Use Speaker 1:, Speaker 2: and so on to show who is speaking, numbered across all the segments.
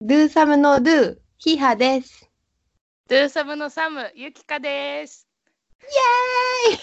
Speaker 1: ドゥーサムのドゥ、ヒハです。
Speaker 2: ドゥーサムのサム、ゆきかです。
Speaker 1: イエーイ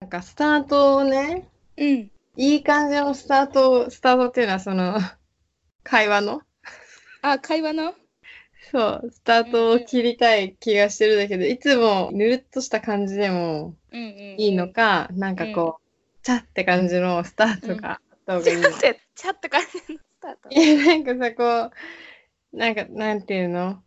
Speaker 1: なんかスタートをね、
Speaker 2: うん。
Speaker 1: いい感じのスタートを、スタートっていうのはその、 会話の、
Speaker 2: あ、会話の
Speaker 1: そう、スタートを切りたい気がしてるんだけど、いつもぬるっとした感じでも
Speaker 2: うんうん。
Speaker 1: いいのか、なんかこう、チャって感じのスタートがあった方が
Speaker 2: ち
Speaker 1: い
Speaker 2: ょ
Speaker 1: い
Speaker 2: っ
Speaker 1: の。
Speaker 2: と、ちゃっと感じのスタート。
Speaker 1: いや、なんかさ、こう、なんか、なんていうの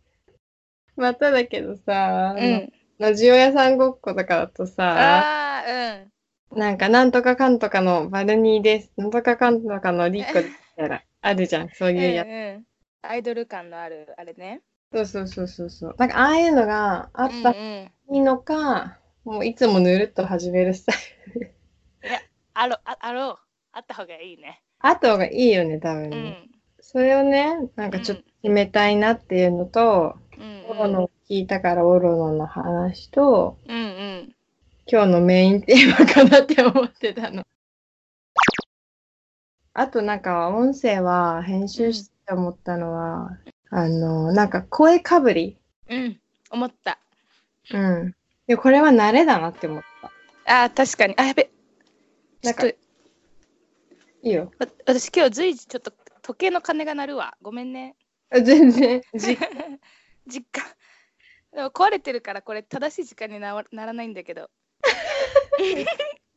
Speaker 1: まただけどさ、あの
Speaker 2: うん。
Speaker 1: ラジオ屋さんごっことかだとさ、
Speaker 2: ああ、うん。
Speaker 1: なんか、なんとかかんとかのバルニーです。なんとかかんとかのリッコです。みたいな、あるじゃん、そう
Speaker 2: うん
Speaker 1: いうやつ。
Speaker 2: うん。アイドル感のある、あれね。
Speaker 1: そうそうそうそうそう。なんか、ああいうのがあ
Speaker 2: あ
Speaker 1: ったら
Speaker 2: う
Speaker 1: い
Speaker 2: んうん。
Speaker 1: いのか、もういつもぬるっと始めるスタイル。
Speaker 2: あろ、ああろう。あった方がいいね。
Speaker 1: あった方がいいよね、多分
Speaker 2: う
Speaker 1: ね。
Speaker 2: ん。
Speaker 1: それをね、なんかちょっと決めたいなっていうのと、
Speaker 2: うん。
Speaker 1: オロノを聞いたからオロノの話と、
Speaker 2: うんうん。
Speaker 1: 今日のメインテーマかなって思ってたの。あとなんか音声は編集してて思ったのは、あのなんか声かぶり、
Speaker 2: うん。思った。
Speaker 1: うん、でこれは慣れだなって思った。
Speaker 2: あー、確かに。あ、やべ。ち
Speaker 1: なん
Speaker 2: ょっ
Speaker 1: か
Speaker 2: と、
Speaker 1: いいよ。
Speaker 2: わ私今日随時ちょっと時計の鐘が鳴るわ。ごめんね。
Speaker 1: あ全 然じ
Speaker 2: 実家 でも壊れてるからこれ正しい時間になわならないんだけど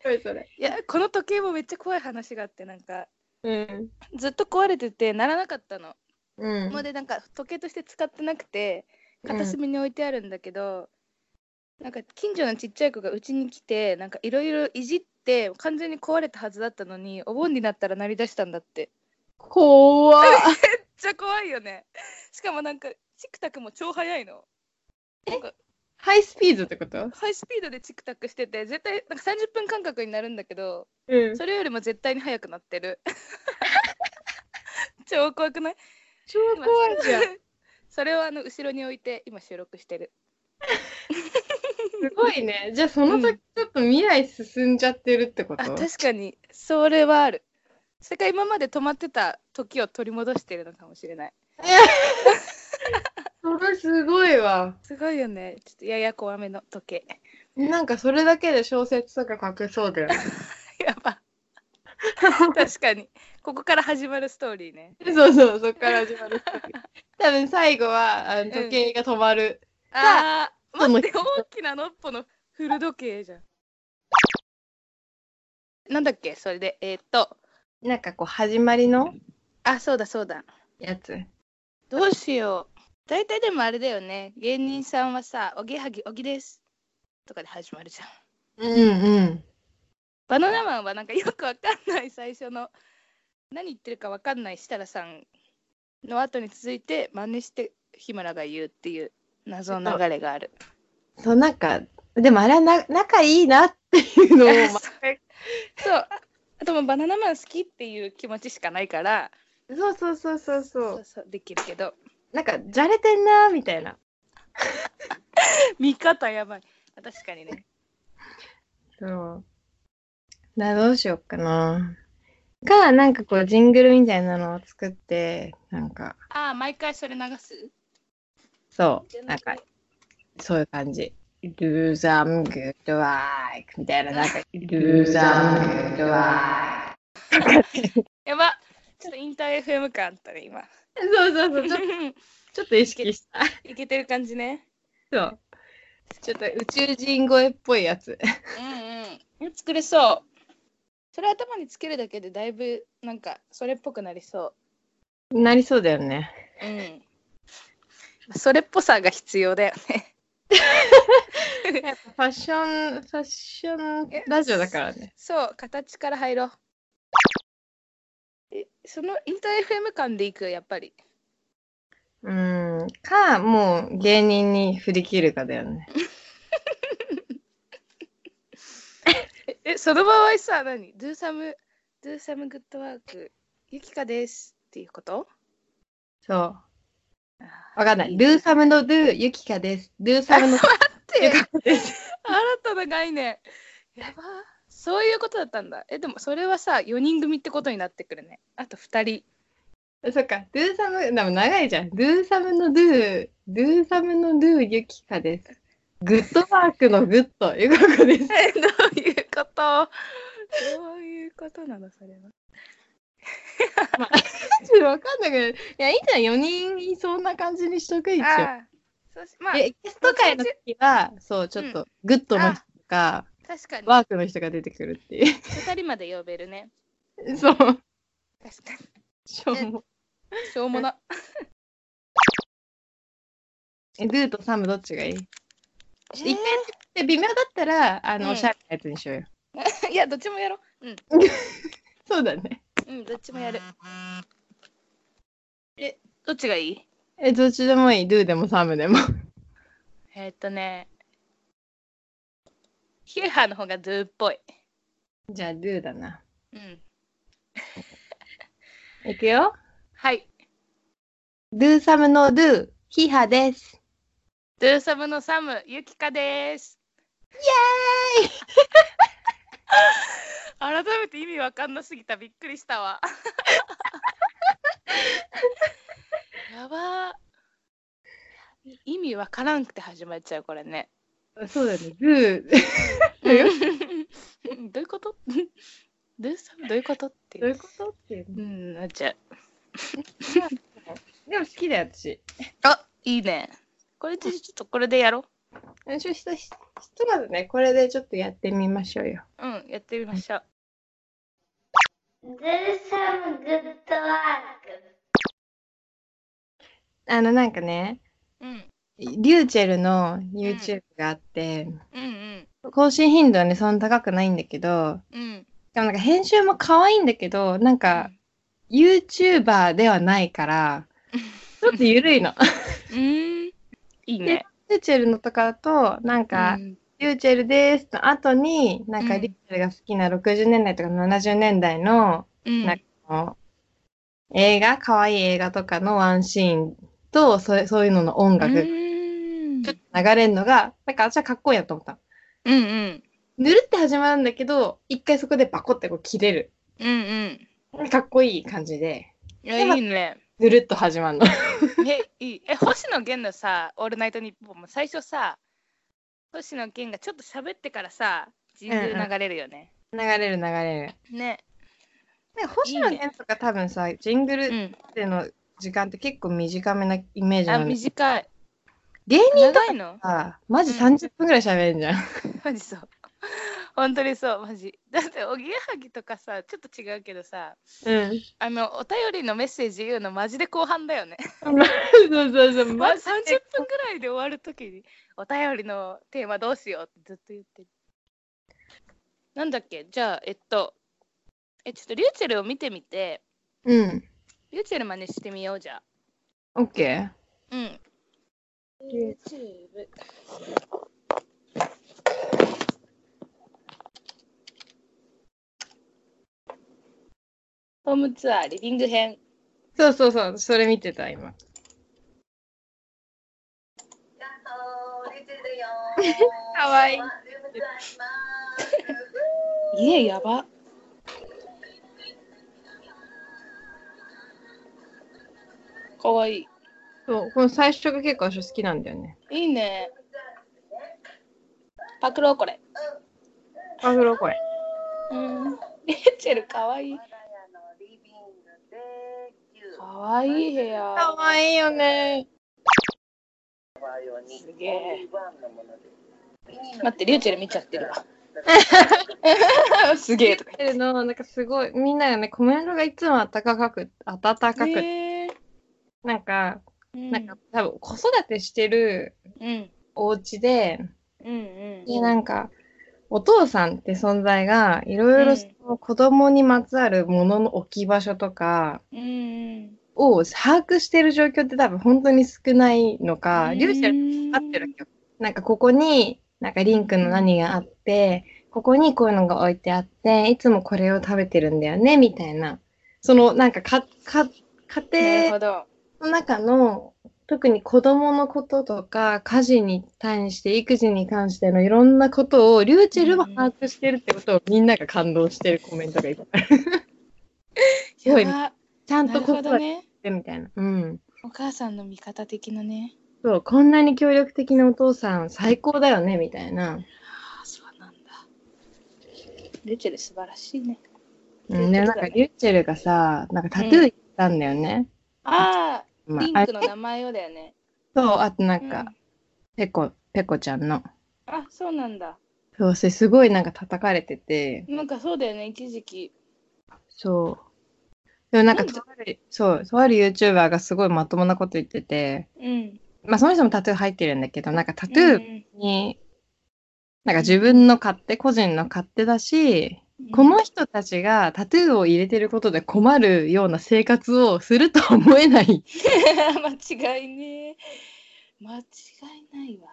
Speaker 1: それそれ。
Speaker 2: いやこの時計もめっちゃ怖い話があってなんか
Speaker 1: うん。
Speaker 2: ずっと壊れててならなかったの、
Speaker 1: うん。
Speaker 2: もうでなんか時計として使ってなくて片隅に置いてあるんだけど、なんか近所のちっちゃい子がうちに来てなんかいろいろいじって完全に壊れたはずだったのにお盆になったら鳴り出したんだって
Speaker 1: 怖っ。
Speaker 2: めっちゃ怖いよねしかもなんかチクタクも超速いのなんか
Speaker 1: ハイスピードってこと
Speaker 2: ハイスピードでチクタクしてて絶対なんか30分間隔になるんだけど
Speaker 1: うん。
Speaker 2: それよりも絶対に速くなってる 超怖くない
Speaker 1: 超怖いじゃん。す
Speaker 2: それをあの後ろに置いて今収録してる
Speaker 1: ごいね。じゃあその
Speaker 2: う
Speaker 1: 時
Speaker 2: ん
Speaker 1: ちょっと未来進んじゃってるってこと
Speaker 2: あ確かにそれはあるそれか今まで止まってた時を取り戻してるのかもしれない
Speaker 1: それすごいわ。
Speaker 2: すごいよねちょっとやや怖めの時計
Speaker 1: なんかそれだけで小説とか書けそうだよね。
Speaker 2: や ば確かにここから始まるストーリーね
Speaker 1: そうそう、そっから始まる。多分最後はあの時計が止まる。
Speaker 2: ああ
Speaker 1: そ
Speaker 2: ー
Speaker 1: の
Speaker 2: 待って大きなのっぽのフル時計じゃん。なんだっけそれでえーっと
Speaker 1: なんかこう始まりの
Speaker 2: あそうだそうだ
Speaker 1: やつ。
Speaker 2: どうしよう大体でもあれだよね芸人さんはさ「おぎはぎおぎです」とかで始まるじゃん。
Speaker 1: うんうん。
Speaker 2: バナナマンはなんかよくわかんない最初の何言ってるかわかんない設楽さんの後に続いて真似して日村が言うっていう謎の流れがある。
Speaker 1: そう、なんか、でもあれはな仲いいなっていうのを、ま
Speaker 2: そうあともうバナナマン好きっていう気持ちしかないから
Speaker 1: そうそうそうそうそ
Speaker 2: そう
Speaker 1: う。
Speaker 2: そうできるけど
Speaker 1: なんか、じゃれてんなーみたいな。
Speaker 2: 見方やばいあ確かにね
Speaker 1: そう。だどうしようかな。か、なんかこう、ジングルみたいなのを作って、なんか、
Speaker 2: ああ毎回それ流す
Speaker 1: そう、なんか、そういう感じ。Do some good work みたいな、 なんか、Do some good work。
Speaker 2: やばちょっとインター FM 感あったね今
Speaker 1: そうそうそう、ちょ ちょっと意識した。
Speaker 2: いけてる感じね
Speaker 1: そう。ちょっと宇宙人声っぽいやつ。
Speaker 2: うんうん作れそうそれ頭につけるだけでだいぶなんかそれっぽくなりそ
Speaker 1: なりそうだよね。
Speaker 2: ううんそれっぽさが必要だよね
Speaker 1: ファッション、ファッションラジオだからね。
Speaker 2: そう形から入ろうえそのインター FM 感でいくやっぱり
Speaker 1: うん。か、もう芸人に振り切るかだよね。
Speaker 2: その場合さ、何 ?do some, do some good work. ゆきかです。っていうこと
Speaker 1: そう。わかんない。do some の do ゆきかです。do some の
Speaker 2: って、新
Speaker 1: です。
Speaker 2: たな概念。やば。そういうことだったんだ。え、でもそれはさ、4人組ってことになってくるね。あと2人。
Speaker 1: そっか。do some でも長いじゃん。do some の do do some の do ゆきかです。グッドワークのグッドゆかこです。
Speaker 2: え、どういうことどういうことなのそれは。
Speaker 1: ちょっとわかんなくない。いや、いいじゃん。4人いそうな感じにしとく一応。
Speaker 2: ああ。そうしまあ、
Speaker 1: え、ゲスト会の時は、そう、ちょっと、グッドの人とか、
Speaker 2: 確かに。
Speaker 1: ワークの人が出てくるってい
Speaker 2: 2人まで呼べるね。
Speaker 1: う。そう。
Speaker 2: 確か
Speaker 1: しょうも。
Speaker 2: に。しょうもな。
Speaker 1: え、ドゥとサムどっちがいい
Speaker 2: え
Speaker 1: 一回で微妙だったら、あの、
Speaker 2: うん
Speaker 1: おしゃれなやつにしようよ。
Speaker 2: ーいや、どっちもやろう。うん。
Speaker 1: そうだね。
Speaker 2: うん、どっちもやる。え、どっちがいい
Speaker 1: え、どっちでもいい。ドゥでもサムでも。
Speaker 2: えーっとね、ヒューハーの方がドゥっぽい。
Speaker 1: じゃあ、ドゥだな。
Speaker 2: うん。
Speaker 1: いくよ。
Speaker 2: はい。
Speaker 1: ドゥサムのドゥ、ヒハです。
Speaker 2: ドゥサムのサム、ユキカです。
Speaker 1: イェーイ
Speaker 2: 改めて意味わかんなすぎた。びっくりし たわ。やばー。意味わからんくて始まっちゃう、これね。
Speaker 1: そうだね。ドゥ、
Speaker 2: どういうことどういうどういうことって
Speaker 1: どう
Speaker 2: い
Speaker 1: いうう。ことっていう
Speaker 2: う
Speaker 1: ね。
Speaker 2: ん、なっちゃう。
Speaker 1: でも好きだよ、私。
Speaker 2: あいいね。これちょちょっとこれでやろ
Speaker 1: えちょひとひひとまずね、これでちょっとやってみましょうよ。
Speaker 2: う。うん、やってみましょう。
Speaker 3: There's some good luck.
Speaker 1: あの、なんかね、
Speaker 2: うん、
Speaker 1: リューチェルの YouTube があって、
Speaker 2: うん、
Speaker 1: 更新頻度はね、そんな高くないんだけど、
Speaker 2: うん、うん。
Speaker 1: でもなんか編集も可愛いんだけど、なんか YouTuber ではないから、 ちょっと緩いの。
Speaker 2: うん、いいね。
Speaker 1: リューチェルのとかだと、なんか、
Speaker 2: うん
Speaker 1: リューチェルですの後に、なんか
Speaker 2: うん
Speaker 1: リューチェルが好きな60年代とか70年代の、
Speaker 2: うん
Speaker 1: なんかの映画、可愛い映画とかのワンシーンと、そうそういうのの音楽
Speaker 2: う
Speaker 1: が
Speaker 2: ん
Speaker 1: ちょっと流れるのが、なんか私はかっこいいなと思ったの。
Speaker 2: うん、うん、
Speaker 1: ぬるって始まるんだけど、一回そこでバコってこう切れる。
Speaker 2: うん、うん。
Speaker 1: かっこいい感じで、
Speaker 2: いやいいね。
Speaker 1: ぬるっと始まるの。
Speaker 2: え、いい。え、星野源のさ、オールナイトニッポンも最初さ、星野源がちょっと喋ってからさ、神宮流れるよね。
Speaker 1: 流れる流れる。
Speaker 2: ね。
Speaker 1: なんか星野源とか多分さ、ジング
Speaker 2: う
Speaker 1: ル
Speaker 2: ん。
Speaker 1: での時間って結構短めなイメージ
Speaker 2: あ、
Speaker 1: なのに、
Speaker 2: 短い。
Speaker 1: 芸人と
Speaker 2: 長いの
Speaker 1: かマジ
Speaker 2: うん
Speaker 1: 30分ぐらい喋るじゃん。
Speaker 2: マジそう。本当にそう、マジ。だって、おぎやはぎとかさ、ちょっと違うけどさ、
Speaker 1: うん。
Speaker 2: あの、お便りのメッセージ言うの、マジで後半だよね。
Speaker 1: そうそうそう。
Speaker 2: ま
Speaker 1: マ
Speaker 2: 30
Speaker 1: ジ
Speaker 2: 分ぐらいで終わるときに、お便りのテーマどうしようってずっと言ってる。なんだっけじゃあ、えっと、え、ちょっとリューチェルを見てみて、
Speaker 1: うん。
Speaker 2: リューチェル真似してみようじゃあ。
Speaker 1: オッケ
Speaker 2: うん。YouTube。ホームツアーリビング編。
Speaker 1: ー。そうそうそう。それ見てた、今。 かわいい。
Speaker 2: 家やば。かわいい。
Speaker 1: そう。この最初が結構私好きなんだよね。
Speaker 2: いいね。パクロこれ。
Speaker 1: パフロこれ。
Speaker 2: うん。リュチェルかわいい。かわいい部屋。
Speaker 1: かわいいよね。
Speaker 2: すげえ。待って、リューチェル見ちゃってる わ。すげえとか
Speaker 1: てるの、なんかすごい、みんながね、コメントがいつも温かく、温かく、
Speaker 2: 言って。へえ
Speaker 1: なんか、
Speaker 2: うん
Speaker 1: なんか多分子育てしてる
Speaker 2: うん
Speaker 1: お家で、
Speaker 2: うん
Speaker 1: で、なんか、お父さんって存在が、いろいろその子供にまつわるものの置き場所とか
Speaker 2: うんうん
Speaker 1: を把握してる状況って多分本当に少ないのか、
Speaker 2: うん
Speaker 1: リュウちゃん合ってるわけよ。なんかここに、なんかリンクの何があって、ここにこういうのが置いてあって、いつもこれを食べてるんだよね、みたいな。その、なんかか、か、
Speaker 2: な
Speaker 1: 家
Speaker 2: るほ
Speaker 1: 庭
Speaker 2: ど。
Speaker 1: の中の、特に子供のこととか、家事に対して、育児に関してのいろんなことを、リューチェルは把握してるってことをみんなが感動してるコメントがいっぱいある。すごいね
Speaker 2: や
Speaker 1: ちゃ
Speaker 2: ば
Speaker 1: ん
Speaker 2: な
Speaker 1: と
Speaker 2: る
Speaker 1: 子
Speaker 2: ほ
Speaker 1: 育
Speaker 2: ど
Speaker 1: て
Speaker 2: ね。
Speaker 1: みたいな。うん。
Speaker 2: お母さんの味方的なね。
Speaker 1: そう、こんなに協力的なお父さん最高だよね、みたいな。
Speaker 2: ああ、そうなんだ。レイチェル素晴らしいね。
Speaker 1: うん、でもなんか、リューチェルがさ、なんかタトゥー行ったんだよね。
Speaker 2: ああ、
Speaker 1: ま
Speaker 2: リ
Speaker 1: あ、
Speaker 2: ンクの名前をだよね。
Speaker 1: あれと、あとなん
Speaker 2: うん
Speaker 1: か、ペコ、ペコちゃんの。
Speaker 2: あ、そうなんだ。
Speaker 1: そう、それすごいなんか叩かれてて、
Speaker 2: なんかそうだよね、一時期。
Speaker 1: そう。でもなんか
Speaker 2: なんで
Speaker 1: とある、そう、とある YouTuber がすごいまともなこと言ってて、
Speaker 2: うん。
Speaker 1: まあその人もタトゥー入ってるんだけど、なんかタト
Speaker 2: うん
Speaker 1: ゥーに、なんか自分の勝手、個人の勝手だし、
Speaker 2: うん
Speaker 1: この人たちがタトゥーを入れてることで困るような生活をするとは思えない。
Speaker 2: 間違いね。間違いないわ。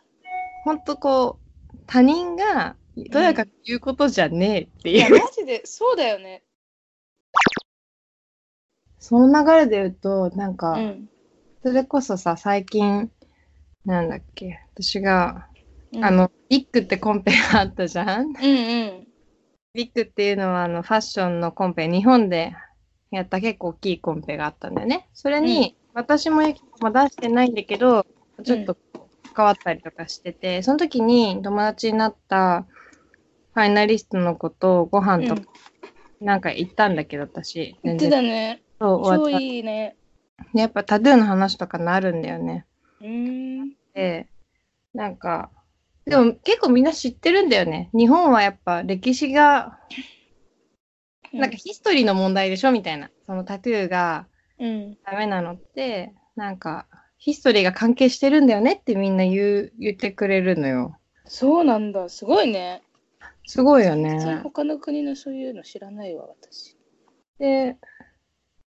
Speaker 1: ほんとこう、他人が、とやかく言うことじゃねえって
Speaker 2: い
Speaker 1: い
Speaker 2: や、
Speaker 1: う。
Speaker 2: マジで、そうだよね。
Speaker 1: その流れで言うと、なん
Speaker 2: う
Speaker 1: か、
Speaker 2: ん。
Speaker 1: それこそさ、最近、なんだっけ、私が、
Speaker 2: うん
Speaker 1: あ、の、ビッグってコンペがあったじゃん
Speaker 2: うんうん。
Speaker 1: ビッグっていうのは、あの、ファッションのコンペ、日本でやった結構大きいコンペがあったんだよね。それに、私もユキコも出してないんだけど、ちょっとこう関わったりとかしてて、その時に友達になったファイナリストの子とご飯とか、なんか行ったんだけど、私。
Speaker 2: 言ってたね。
Speaker 1: そう、終わ
Speaker 2: 超
Speaker 1: った。
Speaker 2: いいね。
Speaker 1: でやっぱタトゥーの話とかなるんだよね。
Speaker 2: うーん。
Speaker 1: で、なんか、でも結構みんな知ってるんだよね。日本はやっぱ歴史がなんかヒストリーの問題でしょみたいな。そのタトゥーが
Speaker 2: うん。
Speaker 1: ダメなのって、なんか、ヒストリーが関係してるんだよねってみんな言う、言ってくれるのよ。
Speaker 2: そうなんだ。すごいね。
Speaker 1: すごいよ
Speaker 2: 普通に
Speaker 1: ね。
Speaker 2: 他の国のそういうの知らないわ、私。
Speaker 1: で、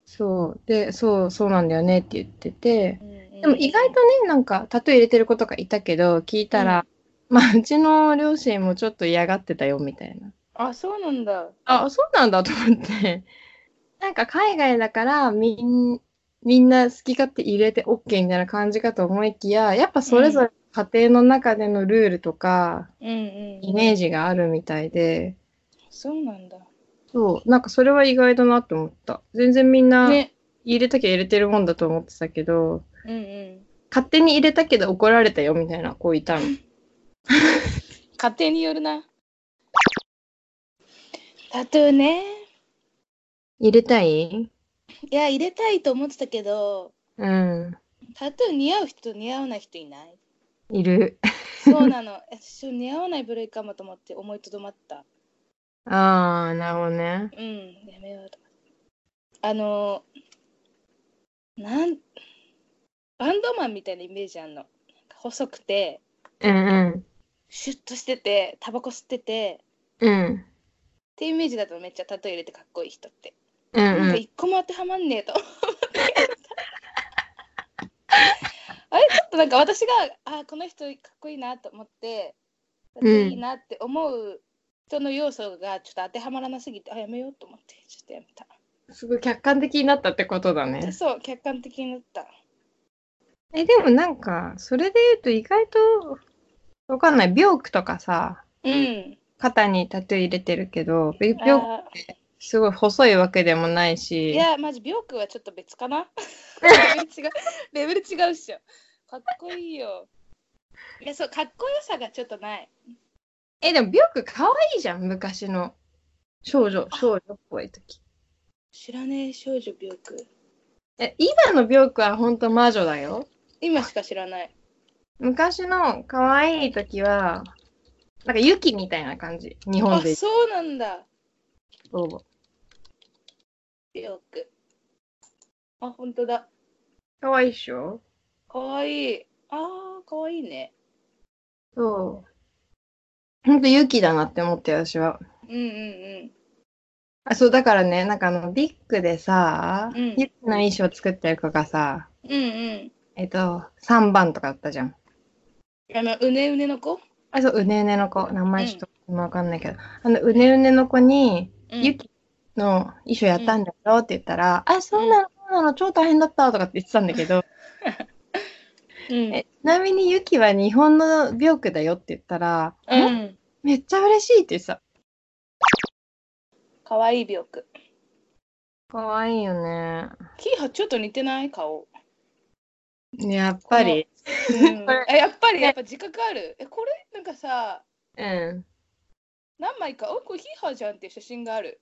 Speaker 1: そう、で、そう、そうなんだよねって言ってて、で
Speaker 2: で
Speaker 1: も意外とね、なんかタトゥー入れてる子とかいたけど、聞いたら、まあ、うちの両親もちょっと嫌がってたよみたいな。
Speaker 2: あ、そうなんだ。
Speaker 1: あ、そうなんだと思って。 なんか海外だからみんみんな好き勝手入れて OK みたいな感じかと思いきや、やっぱそれぞれ家庭の中でのルールとか
Speaker 2: うんうん。
Speaker 1: イメージがあるみたいで、
Speaker 2: そうなんだ。
Speaker 1: そう、なんかそれは意外だなって思った。全然みんな
Speaker 2: ね。
Speaker 1: 入れたきゃ入れてるもんだと思ってたけど、
Speaker 2: うんうん。
Speaker 1: 勝手に入れたけど怒られたよみたいな子いたの。
Speaker 2: 家庭によるな。タトゥーね。
Speaker 1: 入れたい
Speaker 2: いや、入れたいと思ってたけど、
Speaker 1: うん。
Speaker 2: タトゥー似合う人、似合わない人いない
Speaker 1: いる。
Speaker 2: そうなの。私、似合わない部類かもと思って思いとどまった。
Speaker 1: ああ、なるほどね。
Speaker 2: うん、やめようと思って。あの、なん、バンドマンみたいなイメージあんの。なんか細くて、
Speaker 1: うんうん。
Speaker 2: シュッとしてて、タバコ吸ってて、っ
Speaker 1: うん。
Speaker 2: ていうイメージだとめっちゃタトゥー入れてかっこいい人って。
Speaker 1: うん
Speaker 2: なん
Speaker 1: う
Speaker 2: か
Speaker 1: ん。
Speaker 2: 一個も当てはまんねえと思って。 あれちょっとなんか私が、あこの人かっこいいなと思って、タトゥーいいなって思う人の要素がちょっと当てはまらなすぎて、あ、やめようと思って、ちょっとやめた。
Speaker 1: すごい客観的になったってことだね。
Speaker 2: そう、客観的になった。
Speaker 1: え、でもなんか、それで言うと意外と、わかんない。病クとかさ、
Speaker 2: うん。
Speaker 1: 肩にタトゥー入れてるけど、ビ
Speaker 2: あ
Speaker 1: ョーク
Speaker 2: ー
Speaker 1: すごい細いわけでもない
Speaker 2: い
Speaker 1: し、
Speaker 2: や、マジ、ビョークはちょっと別かなレベル違う。レベル違うっしょ。かっこいいよ。いや、そう、かっこよさがちょっとない。
Speaker 1: え、でもビョーク可愛いじゃん、昔の少女、少女っぽい時。
Speaker 2: 知らねえ少女ビョーク。
Speaker 1: え、今のビョークはほんと魔女だよ。
Speaker 2: 今しか知らない。
Speaker 1: 昔の可愛い時は、なんかユキみたいな感じ。日本
Speaker 2: あ、
Speaker 1: で言う
Speaker 2: そうなんだ。
Speaker 1: と。
Speaker 2: ビョーク。あ、ほんとだ。
Speaker 1: 可愛いっしょ
Speaker 2: かわいい。あー、かわいいね。
Speaker 1: そう。ほんとユキだなって思って、私は。
Speaker 2: うんうん
Speaker 1: あ、そう、だからね、なんかあの、ビッグでさ、
Speaker 2: うん
Speaker 1: ユキの衣装作ってる子がさ、
Speaker 2: うん。うんうん。
Speaker 1: えっと、3番とかだったじゃん。
Speaker 2: あの、うねうねの子
Speaker 1: あ、そう、うねうねの子、名前ちょっと今わかんないけど、あの、うねうねの子に、
Speaker 2: うん
Speaker 1: ゆきの衣装やったんだよって言ったら、あ、そうなの、そうなの、超大変だったとかって言ってたんだけど、
Speaker 2: うん
Speaker 1: えちなみにゆきは日本の病気だよって言ったら、
Speaker 2: う
Speaker 1: え
Speaker 2: ん。
Speaker 1: めっちゃ嬉しいって言ってた。
Speaker 2: かわいい病気。
Speaker 1: かわいいよね。
Speaker 2: キーハちょっと似てない顔。
Speaker 1: ねやっぱり。
Speaker 2: うん
Speaker 1: これ
Speaker 2: えやっぱり
Speaker 1: ね
Speaker 2: やっぱ自覚ある。えこれなんかさ
Speaker 1: うん。
Speaker 2: 何枚かおこれキーハじゃんっていう写真がある。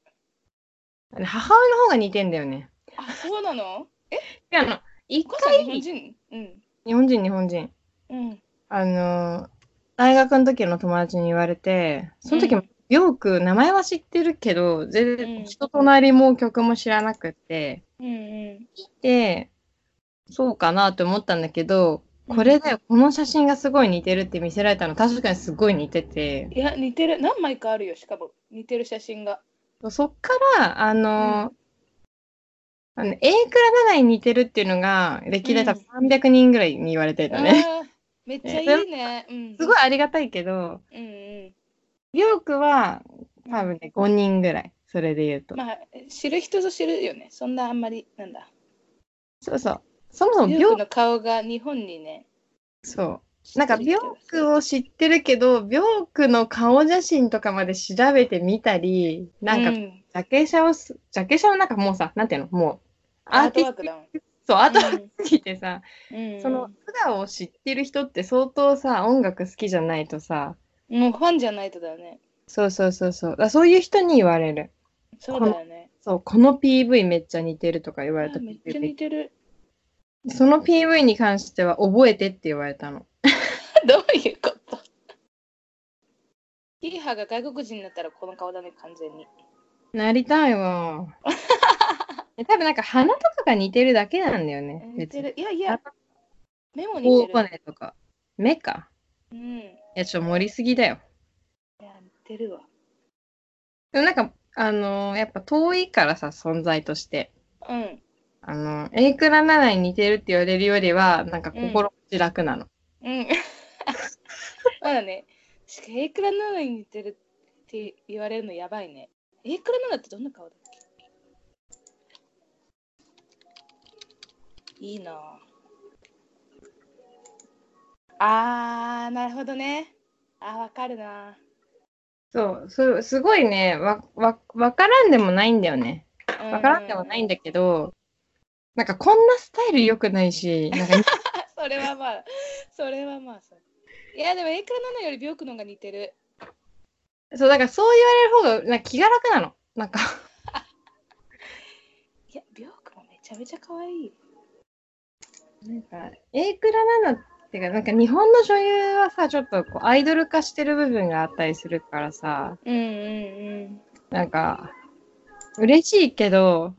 Speaker 1: あの母親の方が似てんだよね。
Speaker 2: あそうなの？
Speaker 1: いや、あの、一
Speaker 2: お母さ
Speaker 1: 回、
Speaker 2: ん日
Speaker 1: 日
Speaker 2: 本人？うん
Speaker 1: 本人、日本人。
Speaker 2: うん
Speaker 1: あの、大学の時の友達に言われて、その時も、よく名前は知ってるけど、全
Speaker 2: うん
Speaker 1: 然人となりも曲も知らなくて、
Speaker 2: うん
Speaker 1: で、そうかなと思ったんだけど、これだよ、この写真がすごい似てるって見せられたの、確かにすごい似てて、
Speaker 2: いや似てる何枚かあるよしかも似てる写真が。
Speaker 1: そっから、あの、あの A クラ長いに似てるっていうのが、歴代多分300人ぐらいに言われてたね。
Speaker 2: あーめっちゃいいね。うん。
Speaker 1: すご
Speaker 2: い。
Speaker 1: いありがたいけど、
Speaker 2: うんうん。
Speaker 1: ビョークは多分ね、5人ぐらい、それで言うと。
Speaker 2: まあ知る人ぞ知るよね。そんなあんまりなんだ。
Speaker 1: そうそう。そもそも
Speaker 2: ビ
Speaker 1: ビ
Speaker 2: ョ
Speaker 1: ョ
Speaker 2: ー
Speaker 1: ー
Speaker 2: ク
Speaker 1: ク、
Speaker 2: の顔が日本にね。
Speaker 1: そう。なんかビョークを知ってるけど、ビョークの顔写真とかまで調べてみたり、なんか、
Speaker 2: う
Speaker 1: ジャケ写をす、ジャケ写はなんかもうさ、なんていうの、もう、ア
Speaker 2: アー
Speaker 1: ー
Speaker 2: ト
Speaker 1: ティ
Speaker 2: ワー
Speaker 1: スト
Speaker 2: ク、だもん。
Speaker 1: そう、アートワークすぎてさ、
Speaker 2: うん
Speaker 1: その素顔を知ってる人って相当さ音楽好きじゃないとさ
Speaker 2: もうファンじゃないとだよね。
Speaker 1: そうそうそうそうだからそういう人に言われる
Speaker 2: そうだよね。
Speaker 1: そうこの PV めっちゃ似てるとか言わ
Speaker 2: あ
Speaker 1: れた
Speaker 2: めっちゃ似てる。
Speaker 1: その PV に関しては覚えてって言われたの
Speaker 2: どういうことヒーハーが外国人になったらこの顔だね、完全に。
Speaker 1: なりたい わえ多分なんか鼻とかが似てるだけなんだよね
Speaker 2: 似て
Speaker 1: に
Speaker 2: る。いやいや、目も似
Speaker 1: 頬
Speaker 2: て
Speaker 1: 骨
Speaker 2: る。
Speaker 1: とか目か
Speaker 2: うん。い
Speaker 1: いやちょっと盛りすぎだよ
Speaker 2: や、似てるわ。
Speaker 1: でもなんかあのーやっぱ遠いからさ存在として
Speaker 2: うん。
Speaker 1: あの、A クラ7に似てるって言われるよりは、なんか心持ち楽なの。
Speaker 2: うん。 まだね。しかも、エイクラナナに似てるって言われるのやばいね。エイクラナナってどんな顔だっけいいなぁあー、なるほどね。あー、わかるな
Speaker 1: そう、そうすごいね、わ、わ、わからんでもないんだよね。
Speaker 2: ぁ
Speaker 1: わからんでもないんだけど、なんかこんなスタイル良くないし、なんか
Speaker 2: それはまあ、それはまあそう。いや、でも、エイクラナナよりビョークの方が似てる。
Speaker 1: そう、だからそう言われる方が、なんか気が楽なの。なんか、
Speaker 2: いや、ビョークもめちゃめちゃ可愛い。
Speaker 1: なんか、A クラ7っていうか、なんか日本の女優はさ、ちょっとこうアイドル化してる部分があったりするからさ、
Speaker 2: うんうんうん。
Speaker 1: なんか、嬉しいけど、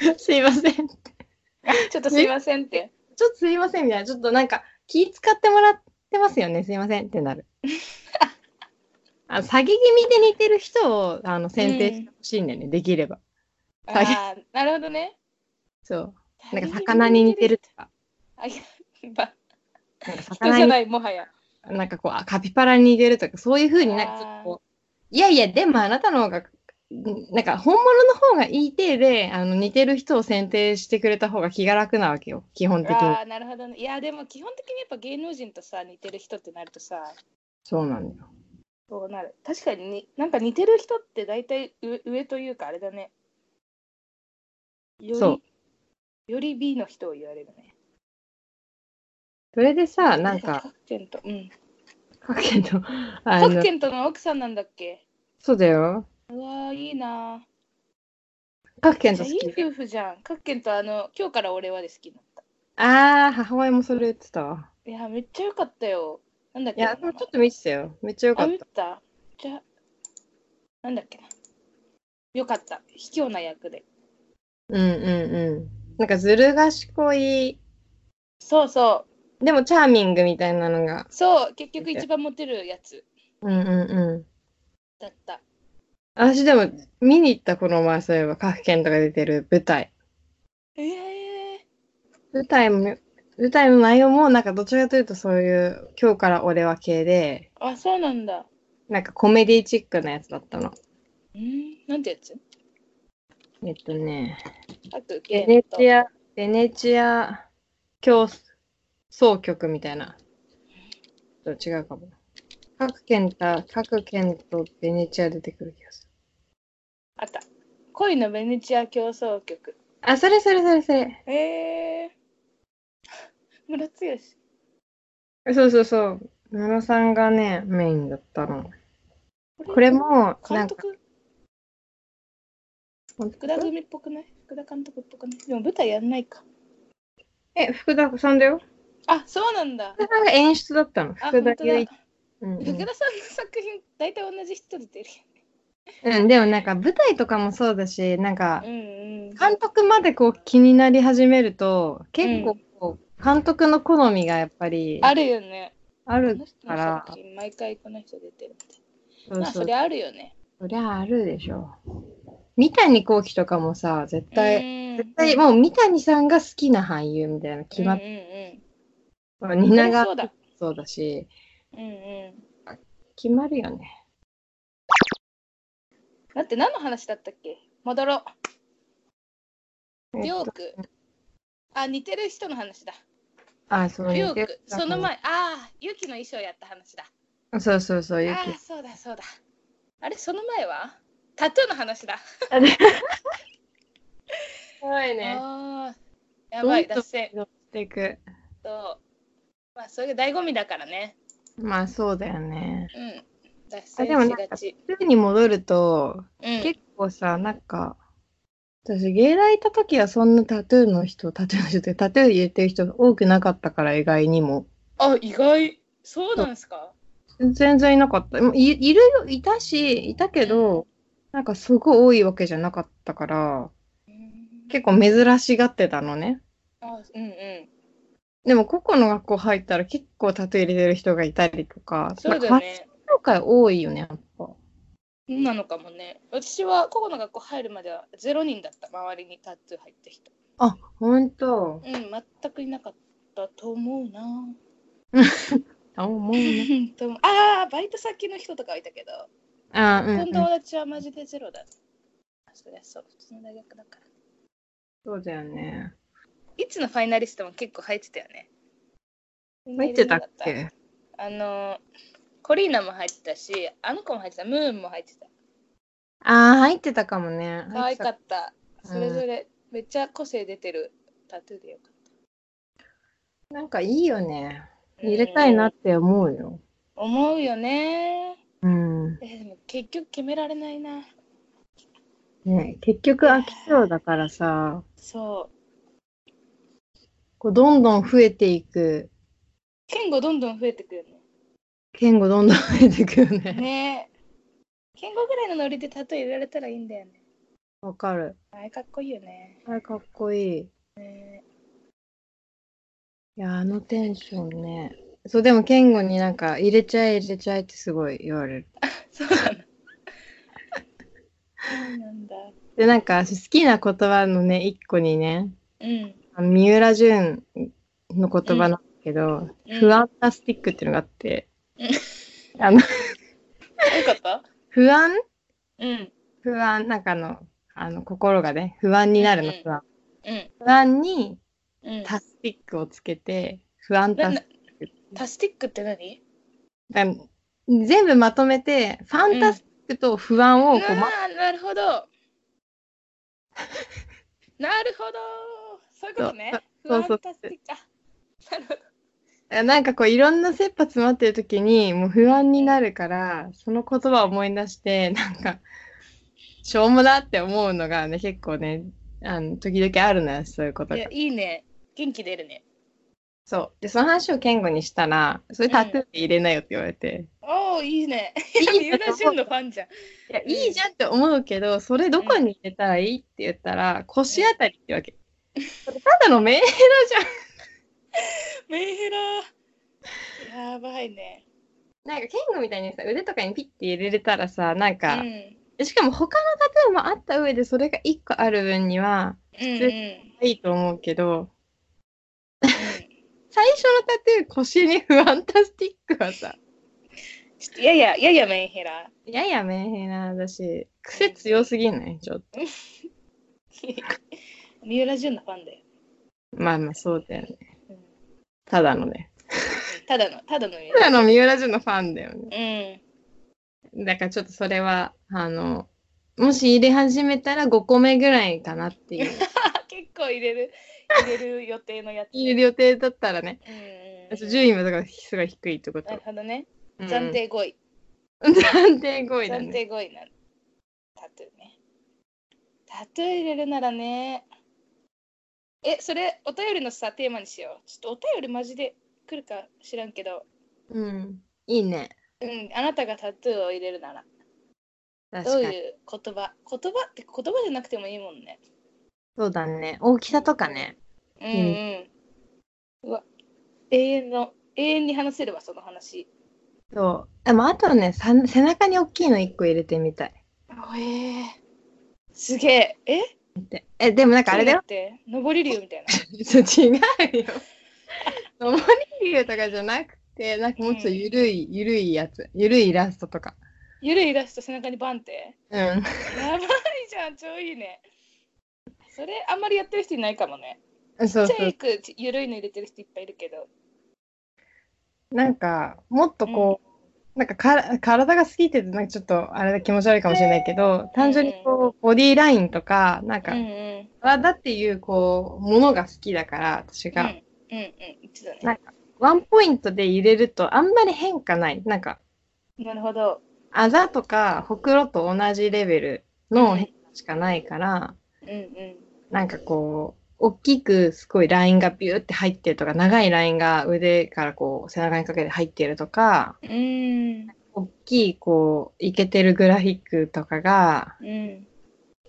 Speaker 2: うん
Speaker 1: すいません。
Speaker 2: ちょっとすいませんって。
Speaker 1: ちょっとすいませんみたいな、ちょっとなんか気使ってもらってますよね、すいませんってなる。あ詐欺気味で似てる人をあの選定してほしいんだよね、できれば。
Speaker 2: ああー、なるほどね。
Speaker 1: そう。なんか魚に似てるとか、
Speaker 2: あ。いや、ば
Speaker 1: なんか
Speaker 2: 人じ
Speaker 1: 魚
Speaker 2: ゃ
Speaker 1: に
Speaker 2: ない、もはや。
Speaker 1: なんかこうあカピバラに似てるとか、そういうふうになんかちょっとこう、いやいや、でもあなたの方が、んなんか本物の方がいい体であの似てる人を選定してくれた方が気が楽なわけよ、基本的に
Speaker 2: あ。あ、なるほどね。いや、でも基本的にやっぱ芸能人とさ、似てる人ってなるとさ、
Speaker 1: そうなんだよ。
Speaker 2: そうなる。確かにに、なんか似てる人って大体上上というか、あれだね。より
Speaker 1: そう
Speaker 2: より B の人を言われるね。
Speaker 1: それでさ、なんか、
Speaker 2: 角点と、うん。
Speaker 1: 各県と、あ
Speaker 2: 角
Speaker 1: の、
Speaker 2: 点との奥さんなんだっけ
Speaker 1: そうだよ。
Speaker 2: うわー、いいなぁ。
Speaker 1: 各県
Speaker 2: じ
Speaker 1: と
Speaker 2: ゃあ
Speaker 1: 好
Speaker 2: いい
Speaker 1: き。
Speaker 2: 夫婦じゃん。角点とあの、今日から俺はで好きになった。
Speaker 1: ああ、母親もそれ言ってたわ。
Speaker 2: いや、めっちゃ良かったよ。なんだっ
Speaker 1: い
Speaker 2: け
Speaker 1: や、
Speaker 2: な
Speaker 1: でもちょっと見てたよ。めっちゃよか
Speaker 2: あ、
Speaker 1: っ
Speaker 2: 見たじゃあ、なんだっけな。よかった。卑怯な役で。
Speaker 1: た。うんうんうん。なんかずる賢い、
Speaker 2: そうそ
Speaker 1: でもチャーミングみたいなのが
Speaker 2: う。。そう、結局一番モテるやつ
Speaker 1: うんうんうん。
Speaker 2: だった。
Speaker 1: 私でも見に行ったこの前、そういえば各県とか出てる舞台。
Speaker 2: ええ
Speaker 1: 舞台も、舞台の内容もなんかどちらかというとそういう今日から俺は系で、
Speaker 2: あ、そうなんだ。
Speaker 1: なんかコメディチックなやつだったの。
Speaker 2: うんなんてやつ
Speaker 1: えっとね、
Speaker 2: あと
Speaker 1: ベ
Speaker 2: ゲ
Speaker 1: ネ
Speaker 2: ーと
Speaker 1: チア、ベネチア競争局みたいな。ちょっと違うかも。各県と、各県とベネチア出てくる気がする。
Speaker 2: あった恋のベネチア競争曲
Speaker 1: あ、それそれそれそれ。
Speaker 2: えー、ムロツヨシ
Speaker 1: そうそうそう。ムロさんがね、メインだったの。これも、なん
Speaker 2: 監
Speaker 1: か、
Speaker 2: 督福田組っぽくない福田監督っぽくないでも舞台やんないか
Speaker 1: え、福田さんだよ。
Speaker 2: あそうなんだ
Speaker 1: 福田さんが演出だったの。
Speaker 2: あ
Speaker 1: 福
Speaker 2: 本
Speaker 1: 田
Speaker 2: 当だ
Speaker 1: 雄一
Speaker 2: 福。
Speaker 1: うん
Speaker 2: 田さんの作品大体同じ人出てる
Speaker 1: うん、うん、でもなんか舞台とかもそうだし、なんか
Speaker 2: う、んうん
Speaker 1: 監督までこう気になり始めると、結構こう、監督の好みがやっぱり
Speaker 2: あるよね
Speaker 1: あ
Speaker 2: こ
Speaker 1: る
Speaker 2: の人
Speaker 1: か
Speaker 2: の
Speaker 1: ら
Speaker 2: 作、品毎回この人出てるみたい
Speaker 1: そ
Speaker 2: な
Speaker 1: う
Speaker 2: まあ
Speaker 1: そ
Speaker 2: そうり、ゃあるよね
Speaker 1: そりゃあるでしょ。三谷幸喜とかもさ、絶対、
Speaker 2: 対
Speaker 1: 絶対もう三谷さんが好きな俳優みたいなの決まっ
Speaker 2: うんうん
Speaker 1: た。
Speaker 2: うん、
Speaker 1: 蜷川
Speaker 2: そりゃそうだ
Speaker 1: そうだし、
Speaker 2: うんうん
Speaker 1: 決まるよね。
Speaker 2: だって何の話だったっけ戻ろう。
Speaker 1: え
Speaker 2: リョ
Speaker 1: っ
Speaker 2: ー
Speaker 1: と
Speaker 2: ク。あ、似てる人の話だ。
Speaker 1: あ、そう
Speaker 2: リョ
Speaker 1: ね。
Speaker 2: ーク。その
Speaker 1: 前
Speaker 2: 前、ああ、ユキの衣装やった話だ。
Speaker 1: そうそうそう、ゆき
Speaker 2: あ。あ、そうだそうだ。あれ、その前はタトゥーの話だ。
Speaker 1: 怖い。
Speaker 2: あーやばい、
Speaker 1: どんどん
Speaker 2: 脱線。
Speaker 1: 乗っていく。
Speaker 2: と、まあ、それが醍醐味だからね。
Speaker 1: まあそうだよね。
Speaker 2: うん。脱
Speaker 1: あでも
Speaker 2: 線し
Speaker 1: なん
Speaker 2: が
Speaker 1: か
Speaker 2: ち。
Speaker 1: 普通に戻ると、
Speaker 2: うん、
Speaker 1: 結構さ、なんか、私、芸大行った時はそんなタトゥーの人、タトゥーの人って、タトゥー入れてる人多くなかったから、意外にも。
Speaker 2: あ、意外。そうなんですか
Speaker 1: 全然いなかった。もういいるよ、いたし、いたけど、なんかすごい多いわけじゃなかったから、結構珍しがってたのね。
Speaker 2: あうんうん。
Speaker 1: でも、個々の学校入ったら結構タトゥー入れてる人がいたりとか、
Speaker 2: そうだよ
Speaker 1: まあ。
Speaker 2: ね。
Speaker 1: 発表会多いよね、やっぱ。
Speaker 2: そうなのかもね。私は個々の学校入るまではゼロ人だった。周りにタトゥー入った人。
Speaker 1: あ、ほんと。
Speaker 2: うん、全くいなかったと思うな。
Speaker 1: あ、もうね。
Speaker 2: と思うああ、バイト先の人とかはいたけど、
Speaker 1: あ、う
Speaker 2: こ
Speaker 1: ん、う
Speaker 2: の
Speaker 1: ん。
Speaker 2: 友達はマジでゼロだ。そりゃそう、普通の大学だから。
Speaker 1: そうだよね。
Speaker 2: いつのファイナリストも結構入ってたよね。
Speaker 1: 入ってたっけ
Speaker 2: あの、コリーナも入ってたし、あの子も入ってた、ムーンも入ってた。
Speaker 1: あー、入ってたかもね。
Speaker 2: 可愛か
Speaker 1: 入って
Speaker 2: った。
Speaker 1: うん。
Speaker 2: それぞれ、めっちゃ個性出てるタトゥーでよかった
Speaker 1: なんかいいよね。
Speaker 2: た。
Speaker 1: 入れたいな
Speaker 2: う
Speaker 1: っ
Speaker 2: ん
Speaker 1: て思うよ。
Speaker 2: 思うよね。
Speaker 1: うん。
Speaker 2: えーでも結局決められないな。
Speaker 1: ね、結局飽き性だからさ、
Speaker 2: そう。
Speaker 1: こうどんどん増えていく、
Speaker 2: 言語どんどん増えてく よね。
Speaker 1: 言語どんどん増えていくよね。
Speaker 2: ねえ。言語ぐらいのノリで例え入れられたらいいんだよね。
Speaker 1: わ、かる。
Speaker 2: あれかっこいいよね。
Speaker 1: あれかっこいい。
Speaker 2: ねえ
Speaker 1: いや、あのテンションね。そう、でも、健吾になんか、入れちゃえ、入れちゃえってすごい言われる。
Speaker 2: そ うなの。そうなんだ。
Speaker 1: で、なんか、私好きな言葉のね、一個にね、
Speaker 2: うん。
Speaker 1: あの三浦淳の言葉なんだけど、
Speaker 2: うん
Speaker 1: 不安なスティックっていうのがあって
Speaker 2: うん、
Speaker 1: あの、
Speaker 2: よかった
Speaker 1: 不安
Speaker 2: うん。
Speaker 1: 不安、なんかあの、あの、心がね、不安になるの
Speaker 2: うんうん、
Speaker 1: 不安。
Speaker 2: うん。
Speaker 1: 不安に、
Speaker 2: うん。
Speaker 1: タスティックをつけて、不安タス
Speaker 2: ななタスティックって何
Speaker 1: だ全部まとめて、ファンタスティックと不安をこう、ま
Speaker 2: ああ、なる ほど。なるほど。そういうことね。不
Speaker 1: そう
Speaker 2: 安
Speaker 1: そうそう
Speaker 2: タスティック。あなるほど。
Speaker 1: なんかこういろんな切羽詰まってる時にもう不安になるからその言葉を思い出してなん かしょうもだって思うのがね結構ねあの時々あるのよそういうこと
Speaker 2: い
Speaker 1: が
Speaker 2: や、いいね。元気出るね。
Speaker 1: そうでその話を健吾にしたら「それタトゥーって入れなよ」って言われて
Speaker 2: おお、いいね。
Speaker 1: 「 い
Speaker 2: 三
Speaker 1: い
Speaker 2: 浦
Speaker 1: じゃん」
Speaker 2: 淳のファンじゃん。
Speaker 1: いやいいじゃんって思うけどそれどこに入れたらいいって言ったら腰あたりってわけそれただの目
Speaker 2: メンヘラやばいね
Speaker 1: なんか健吾みたいにさ腕とかにピッて入れれたらさなん
Speaker 2: う
Speaker 1: か、
Speaker 2: ん
Speaker 1: しかも他のタトゥーもあった上でそれが1個ある分には
Speaker 2: うんうん、
Speaker 1: いいと思うけど、
Speaker 2: うん
Speaker 1: 最初のタトゥー腰に不安タスティックはさ、
Speaker 2: ちょっとやや、ややメンヘラ。
Speaker 1: いやいや、メンヘラだし、癖強すぎないちょっと。
Speaker 2: 三浦純のファンだよ。
Speaker 1: まあまあ、そうだよね。
Speaker 2: うん
Speaker 1: ただのね。
Speaker 2: ただの、ただの三
Speaker 1: ただ
Speaker 2: 浦。
Speaker 1: の三浦淳のファンだよね。
Speaker 2: うん。
Speaker 1: だからちょっとそれは、あの、もし入れ始めたら5個目ぐらいかなって いう。
Speaker 2: あ結構入れる、入れる予定のやつ。
Speaker 1: 入れる予定だったらね。
Speaker 2: うんうんうん。
Speaker 1: 順位はだからすごい低いってこ
Speaker 2: な
Speaker 1: と
Speaker 2: る。ほどね。
Speaker 1: うん
Speaker 2: 暫。定5位。
Speaker 1: 暫定5位だ
Speaker 2: 暫
Speaker 1: ね。
Speaker 2: 定5位なの。タトゥーね。タトゥー入れるならね。え、それ、お便りのさ、テーマにしよう。ちょっとお便りマジで来るか知らんけど。
Speaker 1: うん。いいね。
Speaker 2: うん、あなたがタトゥーを入れるなら。
Speaker 1: 確
Speaker 2: どう
Speaker 1: か
Speaker 2: い
Speaker 1: に。
Speaker 2: う言葉言葉って言葉じゃなくてもいいもんね。
Speaker 1: そうだね。大きさとかね。
Speaker 2: うんうん。うわ、永遠の、永遠に話せるわ、その話。
Speaker 1: そう。でもあとね、さ背中に大きいの1個入れてみたい。
Speaker 2: あえー、すげえ。え
Speaker 1: え、でもなんかあれだよ
Speaker 2: っ。て、上り竜みたいな。
Speaker 1: ちょ違 うよ。登り竜とかじゃなくて、なんかもうちょっとゆるい、ゆるいやつ、ゆるいイラストとか。
Speaker 2: ゆるいイラスト背中にバンって。
Speaker 1: うん。
Speaker 2: やばいじゃん、超いいね。それ、あんまりやってる人いないかもね。
Speaker 1: そうそ
Speaker 2: チェイ
Speaker 1: う。
Speaker 2: ク、ゆるいの入れてる人いっぱいいるけど。
Speaker 1: なんか、もっとこう、なんかから体が過ぎてて、なんかちょっとあれだ気持ち悪いかもしれないけど、単純にこう、ボディラインとか、なん
Speaker 2: う
Speaker 1: か
Speaker 2: んう、ん。うん
Speaker 1: 体っていうこう、ものが好きだから、私
Speaker 2: うん
Speaker 1: が。
Speaker 2: うん。一度ね。
Speaker 1: なんか、ワンポイントで入れるとあんまり変化ない。なんか、
Speaker 2: なるほど。
Speaker 1: あざとかほくろと同じレベルの変化しかないから、
Speaker 2: うんうん。
Speaker 1: なんかこう、大きくすごいラインがビューって入ってるとか、長いラインが腕からこう背中にかけて入ってるとか、
Speaker 2: うーん。
Speaker 1: 大きいこう、いけてるグラフィックとかが、
Speaker 2: うん。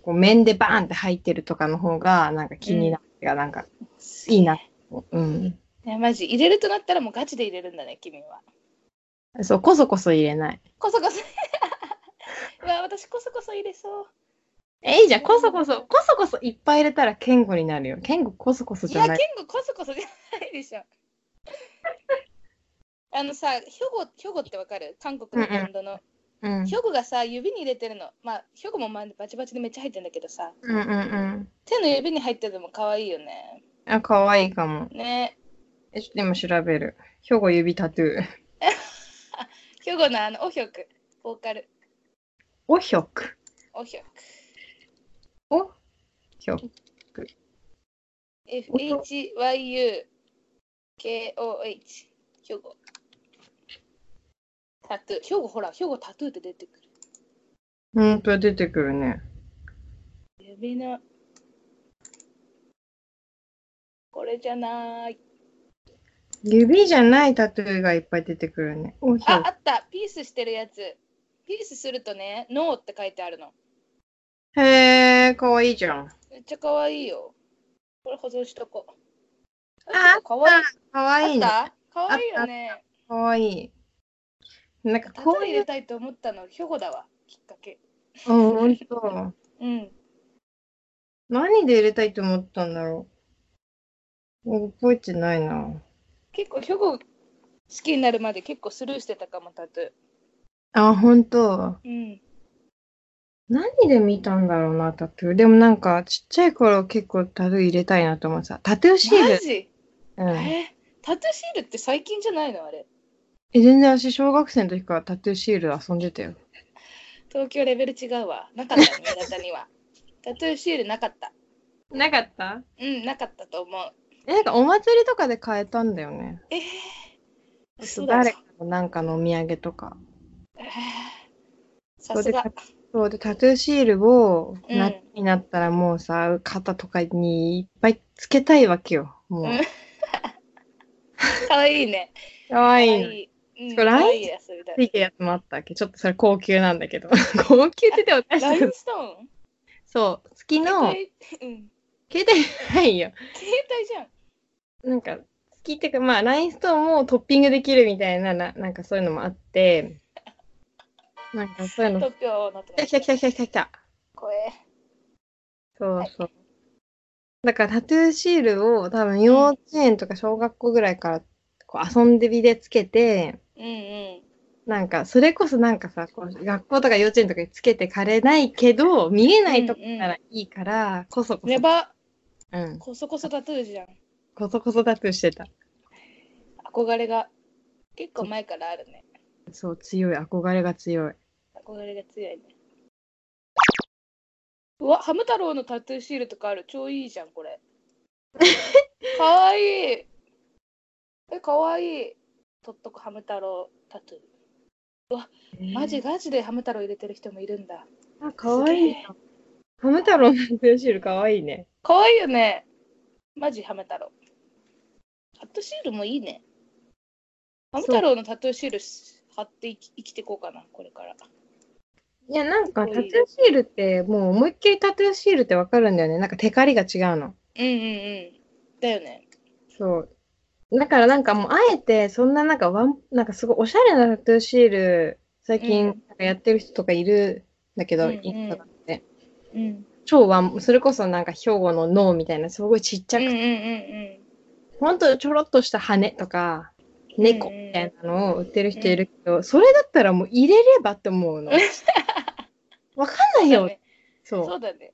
Speaker 1: こう面でバーンって入ってるとかの方が、なんか気になって、なんか、いいな。うん。
Speaker 2: いやマジ入れるとなったらもうガチで入れるんだね君は
Speaker 1: そう、こそこそ入れない。
Speaker 2: こそこそ うわ私こそこそ入れそう
Speaker 1: え、いいじゃん、こそこそ、こそこそいっぱい入れたら、ケンゴになるよ。ケンゴこそこそ
Speaker 2: い
Speaker 1: じ
Speaker 2: や
Speaker 1: ゃな
Speaker 2: ケン
Speaker 1: い。
Speaker 2: ゴこそこそじゃないでしょあのさヒョゴヒョゴってわかる韓国のバンドの、
Speaker 1: うん。うん
Speaker 2: ヒョゴがさ指に入れてるのまあヒョゴもまあバチバチでめっちゃ入ってるんだけどさ
Speaker 1: うんうん。
Speaker 2: 手の指に入ってるのも可愛いよね
Speaker 1: あ、かわいいかも。
Speaker 2: ね
Speaker 1: え、ちょっと今調べる。兵庫指タトゥー。
Speaker 2: ヒョゴのあのオヒョクボーカル
Speaker 1: おひょく。
Speaker 2: オヒョク
Speaker 1: おひょく。
Speaker 2: FHYUKOH 兵庫タトゥー兵庫ほら兵庫タトゥーって出てくる
Speaker 1: ほんと出てくるね。
Speaker 2: 指のこれじゃない
Speaker 1: 指じゃないタトゥーがいっぱい出てくるね。おひ
Speaker 2: あ
Speaker 1: ょ
Speaker 2: あったピースしてるやつピースするとね「ノー」って書いてあるの
Speaker 1: く。へえ、かわいいじゃん。
Speaker 2: めっちゃ可愛いよこれ保存しとこう
Speaker 1: あ
Speaker 2: 可愛い
Speaker 1: かわいいね。
Speaker 2: あった可愛いよね
Speaker 1: かわいい。なんか
Speaker 2: タトゥ
Speaker 1: こ
Speaker 2: ー
Speaker 1: う
Speaker 2: 入
Speaker 1: い
Speaker 2: れ
Speaker 1: う、
Speaker 2: たいと思ったの兵庫だわきっかけ
Speaker 1: うん、ほんと。
Speaker 2: うん
Speaker 1: 何で入れたいと思ったんだろう。覚えてないな。
Speaker 2: 結構ヒョゴ好きになるまで結構スルーしてたかもタトゥー。
Speaker 1: あ、本当。
Speaker 2: うん。
Speaker 1: 何で見たんだろうな、タトゥー。でもなんか、ちっちゃい頃結構タトゥー入れたいなと思ってた。タトゥーシー
Speaker 2: マ
Speaker 1: ル。
Speaker 2: ジ、
Speaker 1: うん。え、
Speaker 2: えタトゥーシールって最近じゃないのあれ。
Speaker 1: 全然私、小学生の時からタトゥーシールで遊んでたよ。
Speaker 2: 東京レベル違うわ。なかったよ、新潟には。 タトゥーシールなかった。
Speaker 1: なかった
Speaker 2: うん、なかったと思う。
Speaker 1: え、なんかお祭りとかで買えたんだよね。
Speaker 2: えー、
Speaker 1: あと
Speaker 2: 嘘だ
Speaker 1: 誰かのなんかのお土産とか。
Speaker 2: えーさすが。
Speaker 1: そうで、タトゥーシールを、
Speaker 2: うん
Speaker 1: 夏になったらもうさ、肩とかにいっぱいつけたいわけよ。もう。
Speaker 2: うんかわいいね。
Speaker 1: かわ
Speaker 2: かわ
Speaker 1: いいの。
Speaker 2: いい。うん、
Speaker 1: こ
Speaker 2: か
Speaker 1: れ
Speaker 2: わいいやつみた
Speaker 1: つ
Speaker 2: い
Speaker 1: いてるやつもあったっけちょっとそれ高級なんだけど。高級って言っても大
Speaker 2: な。ラ
Speaker 1: し
Speaker 2: イ
Speaker 1: た
Speaker 2: ンストーン
Speaker 1: そう、月の、
Speaker 2: 携帯、うん、
Speaker 1: 携帯じゃないよ。
Speaker 2: 携帯じゃん。
Speaker 1: なんか、月っていうか、まあ、ラインストーンをトッピングできるみたいな、ななんかそういうのもあって、なんかそういうの、
Speaker 2: 突票のと
Speaker 1: 来た来た来た来た来た。
Speaker 2: これ。
Speaker 1: そうそう。だからタトゥーシールを多分幼稚園とか小学校ぐらいからこう遊んでびでつけて、
Speaker 2: うんうん。
Speaker 1: なんか、それこそなんかさ、こう学校とか幼稚園とかにつけてかれないけど、見えないとこからいいから、こそこそ、
Speaker 2: ネバ
Speaker 1: うん、
Speaker 2: こそこそタトゥーじゃん
Speaker 1: こそこそタトゥーしてた。
Speaker 2: 憧れが結構前からあるね
Speaker 1: そう、強い、憧れが強い。
Speaker 2: 憧れが強いねうわハム太郎のタトゥーシールとかある超いいじゃん これかわいいえかわいいとっとこハム太郎タトゥーマジガチでハム太郎入れてる人もいるんだ
Speaker 1: あ、かわいいな。ハム太郎のタトゥーシールかわいいね。
Speaker 2: かわいいよねマジハム太郎タトゥーシールもいいねハム太郎のタトゥーシールし貼っていき生きていこうかなこれから
Speaker 1: いや、なんかタ
Speaker 2: かわ
Speaker 1: トゥ
Speaker 2: い
Speaker 1: ー
Speaker 2: い
Speaker 1: シールって、もう思いっきりタトゥーシールってわかるんだよね。なんかテカリが違うの。
Speaker 2: うんうんうんだよね
Speaker 1: そう。だからなんかもう、あえて、そんななんかワン、なんかすごいおしゃれなタトゥーシール、最
Speaker 2: う
Speaker 1: 近
Speaker 2: ん
Speaker 1: なんかやってる人とかいるんだけど、
Speaker 2: うんうん
Speaker 1: インスタとかで。
Speaker 2: うん
Speaker 1: 超ワン、それこそなんか兵庫の脳みたいな、すごいちっちゃ
Speaker 2: うん
Speaker 1: く
Speaker 2: うんうん
Speaker 1: て、
Speaker 2: うん
Speaker 1: ほんとちょろっとした羽とか、猫みたいなのを売ってる人いるけど、それだったらもう入れればって思う の。わかんない
Speaker 2: そうだ
Speaker 1: よ。
Speaker 2: ね
Speaker 1: そう。
Speaker 2: そうだね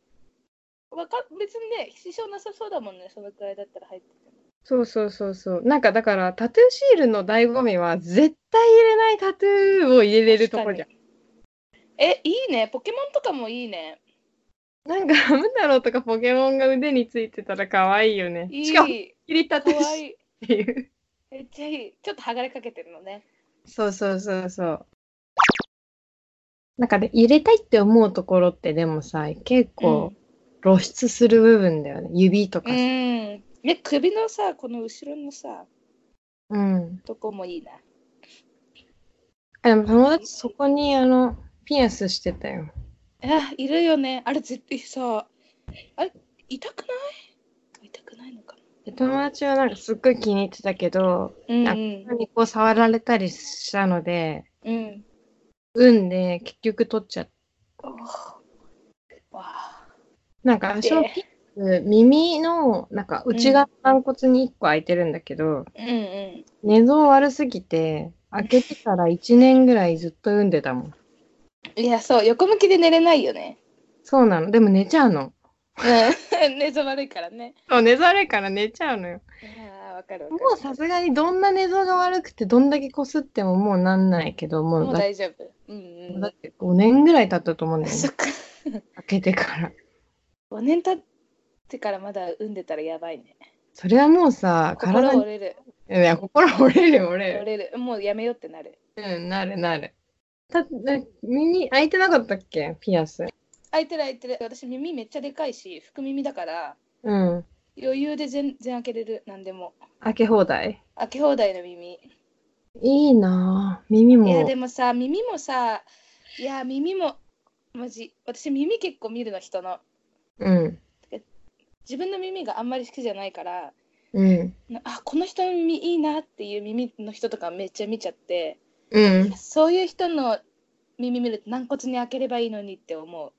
Speaker 2: わか別にね支障なさそうだもんねそのくらいだったら入ってても
Speaker 1: そうそうそうそう。なんかだからタトゥーシールの醍醐味は絶対入れないタトゥーを入れれるところじゃん。
Speaker 2: えいいねポケモンとかもいいね
Speaker 1: なんかハム太郎とかポケモンが腕についてたら可愛いよね。
Speaker 2: い
Speaker 1: しかも
Speaker 2: い
Speaker 1: 切りタト
Speaker 2: か
Speaker 1: ゥー
Speaker 2: わ
Speaker 1: シ
Speaker 2: いい
Speaker 1: ールっていう。
Speaker 2: めっちゃいいちょっと剥がれかけてるのね
Speaker 1: そうそうそうそう。なんかで入れたいって思うところってでもさ結構露出する部分だよね。指とか
Speaker 2: う
Speaker 1: さ。
Speaker 2: んね首のさこの後ろのさ
Speaker 1: うん。
Speaker 2: とこもいいな
Speaker 1: あでも友達そこにあのピアスしてたよ。
Speaker 2: あいるよねあれ絶対さあれ痛くない痛くないのか
Speaker 1: で友達はなんかすっごい気に入ってたけど
Speaker 2: なうん
Speaker 1: あにこう触られたりしたので、
Speaker 2: うんうん
Speaker 1: 運で結局取っちゃった。
Speaker 2: おーわあ
Speaker 1: なんか足のピック、耳のなんか内側の軟骨に1個開いてるんだけど、
Speaker 2: うんうん
Speaker 1: 寝相悪すぎて、開けてから1年ぐらいずっと産んでたもん。
Speaker 2: いやそう横向きで寝れないよね
Speaker 1: そうなの。でも寝ちゃうの。
Speaker 2: うん 寝相悪いからね
Speaker 1: そう、寝相悪いから寝ちゃうのよ。
Speaker 2: あーわかるわ
Speaker 1: も
Speaker 2: かる
Speaker 1: うさすがにどんな寝相が悪くて、どんだけこすってももうなんないけど、も
Speaker 2: も
Speaker 1: う
Speaker 2: う
Speaker 1: だ
Speaker 2: 大丈夫うん
Speaker 1: だっ
Speaker 2: う
Speaker 1: て5年ぐらい経ったと思うん
Speaker 2: ん
Speaker 1: だよ
Speaker 2: そ
Speaker 1: ね
Speaker 2: っ。か
Speaker 1: 開けてから。
Speaker 2: 5年経ってからまだ産んでたらやばいね
Speaker 1: それはもうさ、
Speaker 2: 心
Speaker 1: 体に
Speaker 2: 折、れる
Speaker 1: いや、心折れるよ、折れる
Speaker 2: 折。れるもうやめようってなる
Speaker 1: うん、なるなる。た、な耳開いてなかったっけピアス。
Speaker 2: 開いてる開いてる私耳めっちゃでかいし福耳だから
Speaker 1: うん。
Speaker 2: 余裕で全然開けれる何でも
Speaker 1: 開け放題。
Speaker 2: 開け放題の耳
Speaker 1: いいなぁ。耳
Speaker 2: いや
Speaker 1: も
Speaker 2: で。もさ耳もさいや耳もマジ私耳結構見るの人の
Speaker 1: うん。
Speaker 2: 自分の耳があんまり好きじゃないから
Speaker 1: うん。
Speaker 2: なあこの人の耳いいなっていう耳の人とかめっちゃ見ちゃって
Speaker 1: うん。
Speaker 2: そういう人の耳見ると軟骨に開ければいいのにって思う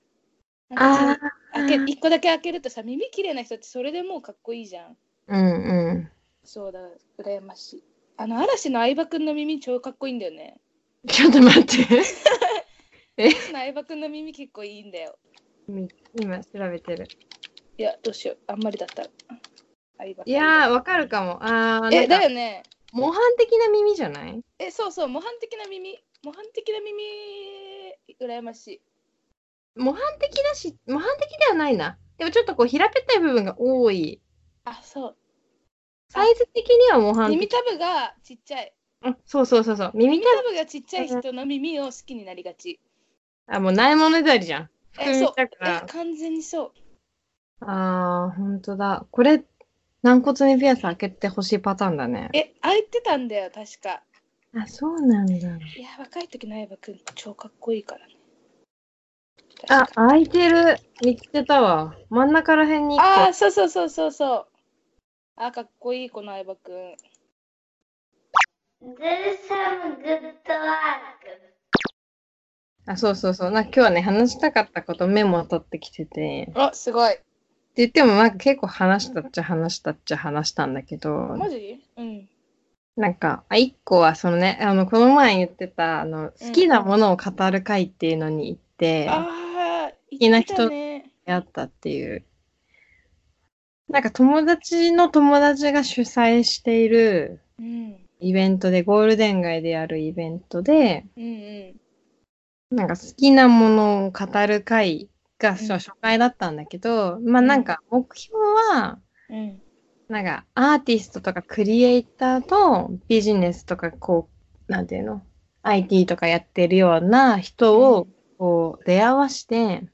Speaker 2: なん
Speaker 1: あ
Speaker 2: か
Speaker 1: あ。
Speaker 2: 開け一個だけ開けるとさ耳綺麗な人ってそれでもうかっこいいじゃん
Speaker 1: うんう
Speaker 2: そうだ羨ましいあの嵐の相葉くんの耳超かっこいいんだよね
Speaker 1: ん。ちょっと待って。
Speaker 2: 嵐の相葉くんの耳結構いいんだよ
Speaker 1: 今調べてる。
Speaker 2: いやどうしようあんまりだったら相葉くん
Speaker 1: いやー、わかるかも。ああ、な
Speaker 2: え
Speaker 1: んか
Speaker 2: だよね
Speaker 1: 模範的な耳じゃない
Speaker 2: えそうそう模範的な耳模範的な耳羨ましい
Speaker 1: 模範的だし、模範的ではないな。でもちょっとこう平べったい部分が多い。
Speaker 2: あそう
Speaker 1: サイズ的には模範
Speaker 2: 耳
Speaker 1: 的。
Speaker 2: たぶがちっちゃい
Speaker 1: うんそうそうそうそう。耳
Speaker 2: 耳
Speaker 1: た
Speaker 2: たぶがちっちゃい人の耳を好きになりがち
Speaker 1: あ、もうないものねだりじゃん。
Speaker 2: えそう
Speaker 1: 含みだから
Speaker 2: え完全にそう
Speaker 1: ああ、本当だ。これ、軟骨にピアス開けてほしいパターンだね。
Speaker 2: え開いてたんだよ確か
Speaker 1: あ、そうなんだ。
Speaker 2: いや若い時の相葉くん超かっこいいからね
Speaker 1: あ、
Speaker 2: 確か
Speaker 1: 開いてる。見つけたわ。真ん中らへんに一個
Speaker 2: あーそうそうそうそうそうあーかっこいいこの相葉くん
Speaker 3: Do some good work.
Speaker 1: あ、そうそうそう。なんか今日はね、話したかったことメモを取ってきてて。って
Speaker 2: あすごい
Speaker 1: 言っても、なんか結構話したっちゃ話したっちゃ話したんだけど、
Speaker 2: マジうん
Speaker 1: なんか、あ、一個はそのね、あの、この前言ってた、あの、好きなものを語る会っていうのに行って、
Speaker 2: ああ、好
Speaker 1: きな人やったっていう。なんか友達の友達が主催している
Speaker 2: うん、うん
Speaker 1: イベントで、ゴールデン街でやるイベントで、
Speaker 2: うん。
Speaker 1: なんか好きなものを語る会がそう
Speaker 2: うん
Speaker 1: 初回だったんだけど、まあなんか目標は、
Speaker 2: うん。
Speaker 1: なんかアーティストとかクリエイターとビジネスとかこう、なんていうの ?IT とかやってるような人をこう出会わして、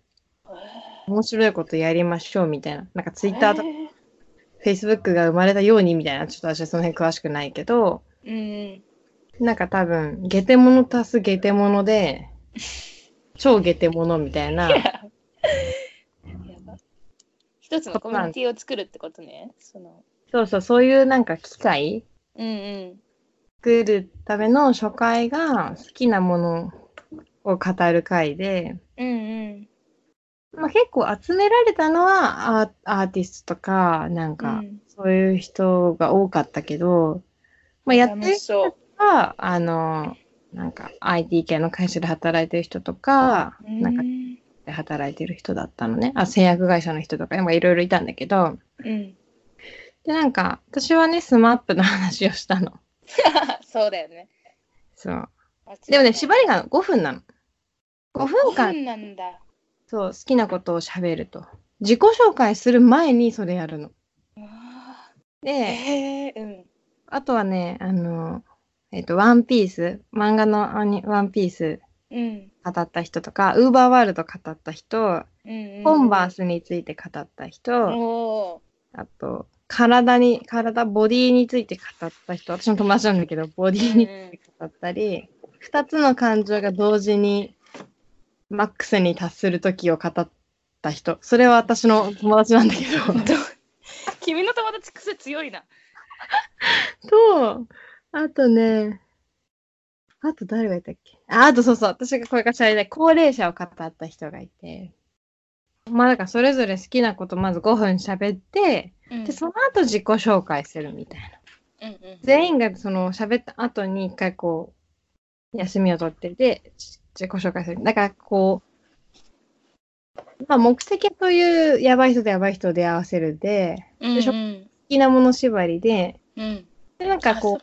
Speaker 1: 面白いことやりましょうみたいな。なんかツイッターとか
Speaker 2: へえ
Speaker 1: Facebook が生まれたようにみたいな、ちょっと私はその辺詳しくないけど、
Speaker 2: うん
Speaker 1: なんか多分、ゲテモノ足すゲテモノで、超ゲテモノみたいな、
Speaker 2: うん。やば。一つのコミュニティを作るってことね。その。
Speaker 1: そうそう、そういうなんか機会
Speaker 2: うんうん。
Speaker 1: 作るための初回が好きなものを語る回で、
Speaker 2: うん
Speaker 1: まあ、結構集められたのはアーアーティストとか、なん
Speaker 2: う
Speaker 1: か、
Speaker 2: ん。
Speaker 1: そういう人が多かったけど、まあ、やってる
Speaker 2: 楽しそう。
Speaker 1: は、あの、なんか IT 系の会社で働いてる人とか、なんか
Speaker 2: うん
Speaker 1: で働いてる人だったのね。あ、製薬会社の人とか、まあいろいろいたんだけど、
Speaker 2: うん。
Speaker 1: で、なんか、私はね、スマップの話をしたの。
Speaker 2: そうだよね。
Speaker 1: そう。
Speaker 2: 間違い
Speaker 1: でも
Speaker 2: な
Speaker 1: ね、
Speaker 2: い
Speaker 1: 縛りが5分なの。5分
Speaker 2: 5
Speaker 1: 間、
Speaker 2: 分なんだ。
Speaker 1: そう、好きなことを喋ると。自己紹介する前にそれやるの。
Speaker 2: あー
Speaker 1: で、
Speaker 2: へえ、うん。
Speaker 1: あとはね、あの、えっ、と、ワンピース、漫画のアニワンピース
Speaker 2: うん。
Speaker 1: 語った人とか、ウーバーワールド語った人、
Speaker 2: うんうん。
Speaker 1: コンバースについて語った人、
Speaker 2: おー
Speaker 1: あと、体に、体、ボディについて語った人、私の友達なんだけど、ボディにつ いて語ったり、二つの感情が同時にマックスに達する時を語った人、それは私の友達なんだけど、
Speaker 2: 君の友達癖強いな。
Speaker 1: と、あとね、あと誰がいたっけああとそうそう、私がこれがしゃれで、高齢者を語った人がいて、まあだからそれぞれ好きなことまず5分喋って、
Speaker 2: うん
Speaker 1: で、その後自己紹介するみたいな。
Speaker 2: うんうん、
Speaker 1: 全員がその喋った後に一回こう休みを取ってでじ自己紹介するだからこう、まあ、目的はそういうやばい人とやばい人を出会わせるで
Speaker 2: うん
Speaker 1: でしょ
Speaker 2: うん
Speaker 1: 好きなもの縛りで
Speaker 2: うん
Speaker 1: でなんかこ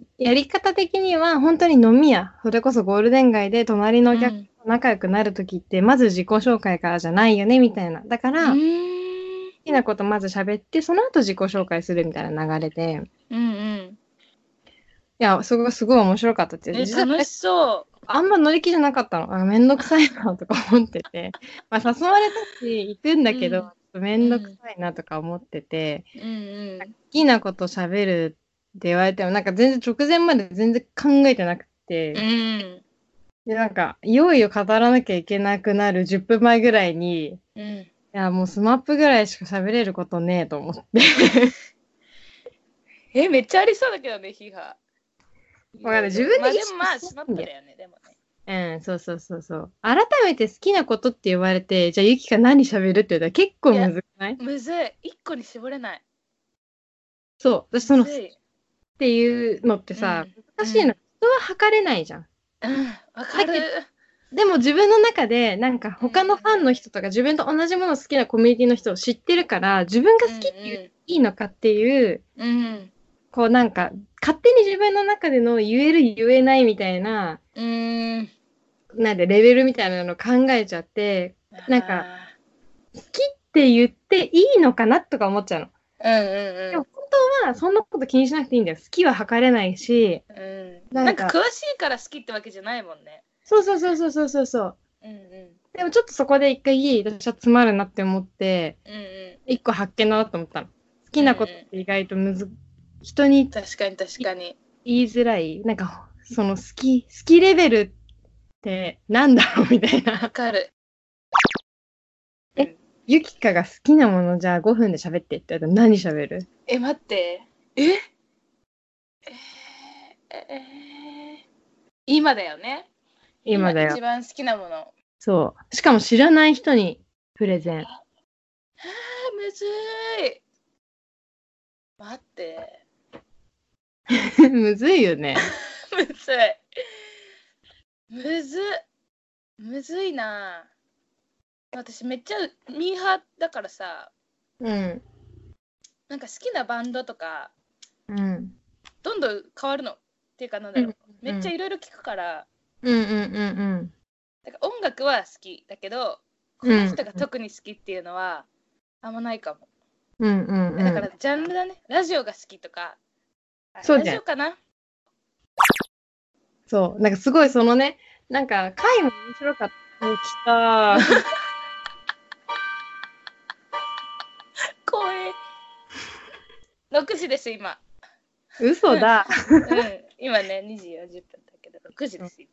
Speaker 1: うやり方的には本当に飲み屋それこそゴールデン街で隣のお客
Speaker 2: う
Speaker 1: と
Speaker 2: ん
Speaker 1: 仲良くなる時って、まず自己紹介からじゃないよねみたいなだから、
Speaker 2: う
Speaker 1: 好
Speaker 2: ーん
Speaker 1: きなことまず喋ってその後自己紹介するみたいな流れで。
Speaker 2: うんうん
Speaker 1: いや、すごい、すごい面白かったって。
Speaker 2: え
Speaker 1: 実は
Speaker 2: 楽しそう
Speaker 1: あんま乗り気じゃなかったの。あ、めんどくさいなとか思って て。まあ、誘われたし、行くんだけ
Speaker 2: うん
Speaker 1: ど、めんどくさいなとか思ってて、
Speaker 2: うんうん
Speaker 1: 好きなこと喋るって言われても、なんか全然直前まで全然考えてなくて、
Speaker 2: うん
Speaker 1: で、なんか、いよいよ語らなきゃいけなくなる10分前ぐらいに、い
Speaker 2: うん
Speaker 1: や、もうスマップぐらいしか喋れることねえと思って。
Speaker 2: えめっちゃありそうだけどねヒーハー
Speaker 1: わかんない自分で
Speaker 2: まあで
Speaker 1: 意識
Speaker 2: もまあ
Speaker 1: し
Speaker 2: ス
Speaker 1: な
Speaker 2: マ
Speaker 1: いん
Speaker 2: ッ
Speaker 1: だ
Speaker 2: プ
Speaker 1: よ
Speaker 2: だよねでもね
Speaker 1: うん、そうそうそうそう。改めて好きなことって言われて、じゃあゆきか何喋るって言ったら結構むずくない
Speaker 2: むずい一個に絞れない
Speaker 1: そう。私その、
Speaker 2: む
Speaker 1: っ
Speaker 2: ずい
Speaker 1: ていうのってさ、
Speaker 2: うん
Speaker 1: 難しいの。人は測れないじゃん。
Speaker 2: うんわかる
Speaker 1: でも自分の中で、なんか他のファンの人とか自分と同じものを好きなコミュニティの人を知ってるから、自分が好きって言ういいのかっていう、
Speaker 2: うんうん
Speaker 1: こうなんか、勝手に自分の中での言える言えないみたいな、
Speaker 2: うん
Speaker 1: なんでレベルみたいなのを考えちゃって、なんか
Speaker 2: あ
Speaker 1: 好きって言っていいのかなとか思っちゃうの。
Speaker 2: ーうんうん
Speaker 1: で
Speaker 2: うん
Speaker 1: も本当はそんなこと気にしなくていいんだよ。好きは測れないし。
Speaker 2: うん
Speaker 1: なんか
Speaker 2: なんか詳しいから好きってわけじゃないもんね
Speaker 1: そうそうそうそうそうそうそう。
Speaker 2: うんうん
Speaker 1: でもちょっとそこで一回いい私は詰まるなって思って、
Speaker 2: うんうん
Speaker 1: 一個発見だなと思ったの。好きなことって意外とむず、人に
Speaker 2: 確かに確かに
Speaker 1: 言いづらい。なんか、その好き、好きレベルってなんだろうみたい
Speaker 2: わ
Speaker 1: な。
Speaker 2: かる
Speaker 1: ゆきかが好きなものじゃあ5分で喋ってって言ったら何喋る
Speaker 2: え待ってええーえー今だよね
Speaker 1: 今だよ
Speaker 2: 一。番好きなものあ
Speaker 1: そう。しかも知らない人にプレゼン。
Speaker 2: ーむずい待って
Speaker 1: むずいよね。
Speaker 2: むずい。むずっ。むずいな。私めっちゃミーハーだからさ、
Speaker 1: うん。
Speaker 2: なんか好きなバンドとか、
Speaker 1: うん。
Speaker 2: どんどん変わるの。っていうかなんだろう。めっちゃいろいろ聞くから、
Speaker 1: うんうんうん
Speaker 2: だから音楽は好きだけど、こ
Speaker 1: うん
Speaker 2: の人が特に好きっていうのはあんまないかも。
Speaker 1: うん。うんうん、うん。
Speaker 2: だからジャンルだね。ラジオが好きとか。あ
Speaker 1: そうね
Speaker 2: ラジオかな
Speaker 1: そう。なんかすごいそのね、なんか回も面白かった。もう来た。
Speaker 2: 怖え。6時です、今。
Speaker 1: 嘘だ。
Speaker 2: うん、今ね、2時40分だけど、6時です、今。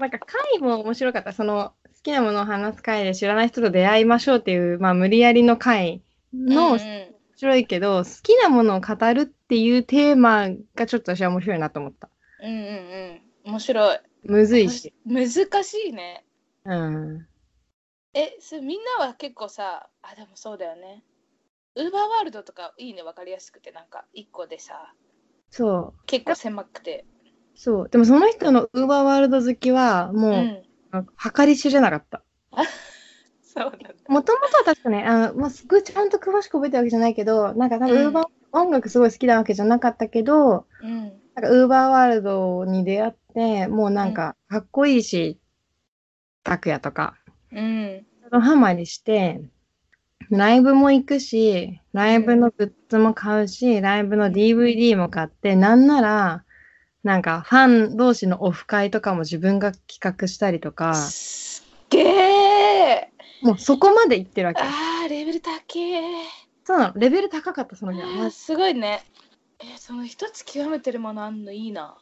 Speaker 1: なんか回も面白かった。その好きなものを話す回で知らない人と出会いましょうっていう、まあ無理やりの回の
Speaker 2: うんう
Speaker 1: 面
Speaker 2: ん
Speaker 1: 白いけど、好きなものを語るっていうテーマがちょっと私は面白いなと思った。
Speaker 2: うんうんうん面白い
Speaker 1: むずいし。
Speaker 2: 難しいね
Speaker 1: うん。
Speaker 2: えそれみんなは結構さあでもそうだよねウーバーワールドとかいいね分かりやすくてなんか1個でさ
Speaker 1: そう。
Speaker 2: 結構狭くて
Speaker 1: そう。でもその人のウーバーワールド好きは、
Speaker 2: う
Speaker 1: もう、
Speaker 2: ん
Speaker 1: なんか計り知れなかった。
Speaker 2: そうなんだ
Speaker 1: もともとは確かね、あの、まあ、すごいちゃんと詳しく覚えてるわけじゃないけど、なんか多
Speaker 2: うん
Speaker 1: 分ウーバー、音楽すごい好きなわけじゃなかったけど、
Speaker 2: うん
Speaker 1: なんかウーバーワールドに出会って、もうなんかかっこいいし、拓也とか、
Speaker 2: うん
Speaker 1: そのハマりして、ライブも行くし、ライブのグッズも買うし、ライブの DVD も買って、なんなら、なんかファン同士のオフ会とかも自分が企画したりとか、
Speaker 2: すっげえ
Speaker 1: もうそこまで行ってるわ け。
Speaker 2: あーレベル高え
Speaker 1: そうなの、レベル高かった、その
Speaker 2: あ
Speaker 1: 日は。
Speaker 2: ーすごいねえその一つ極めてるものあんのいいな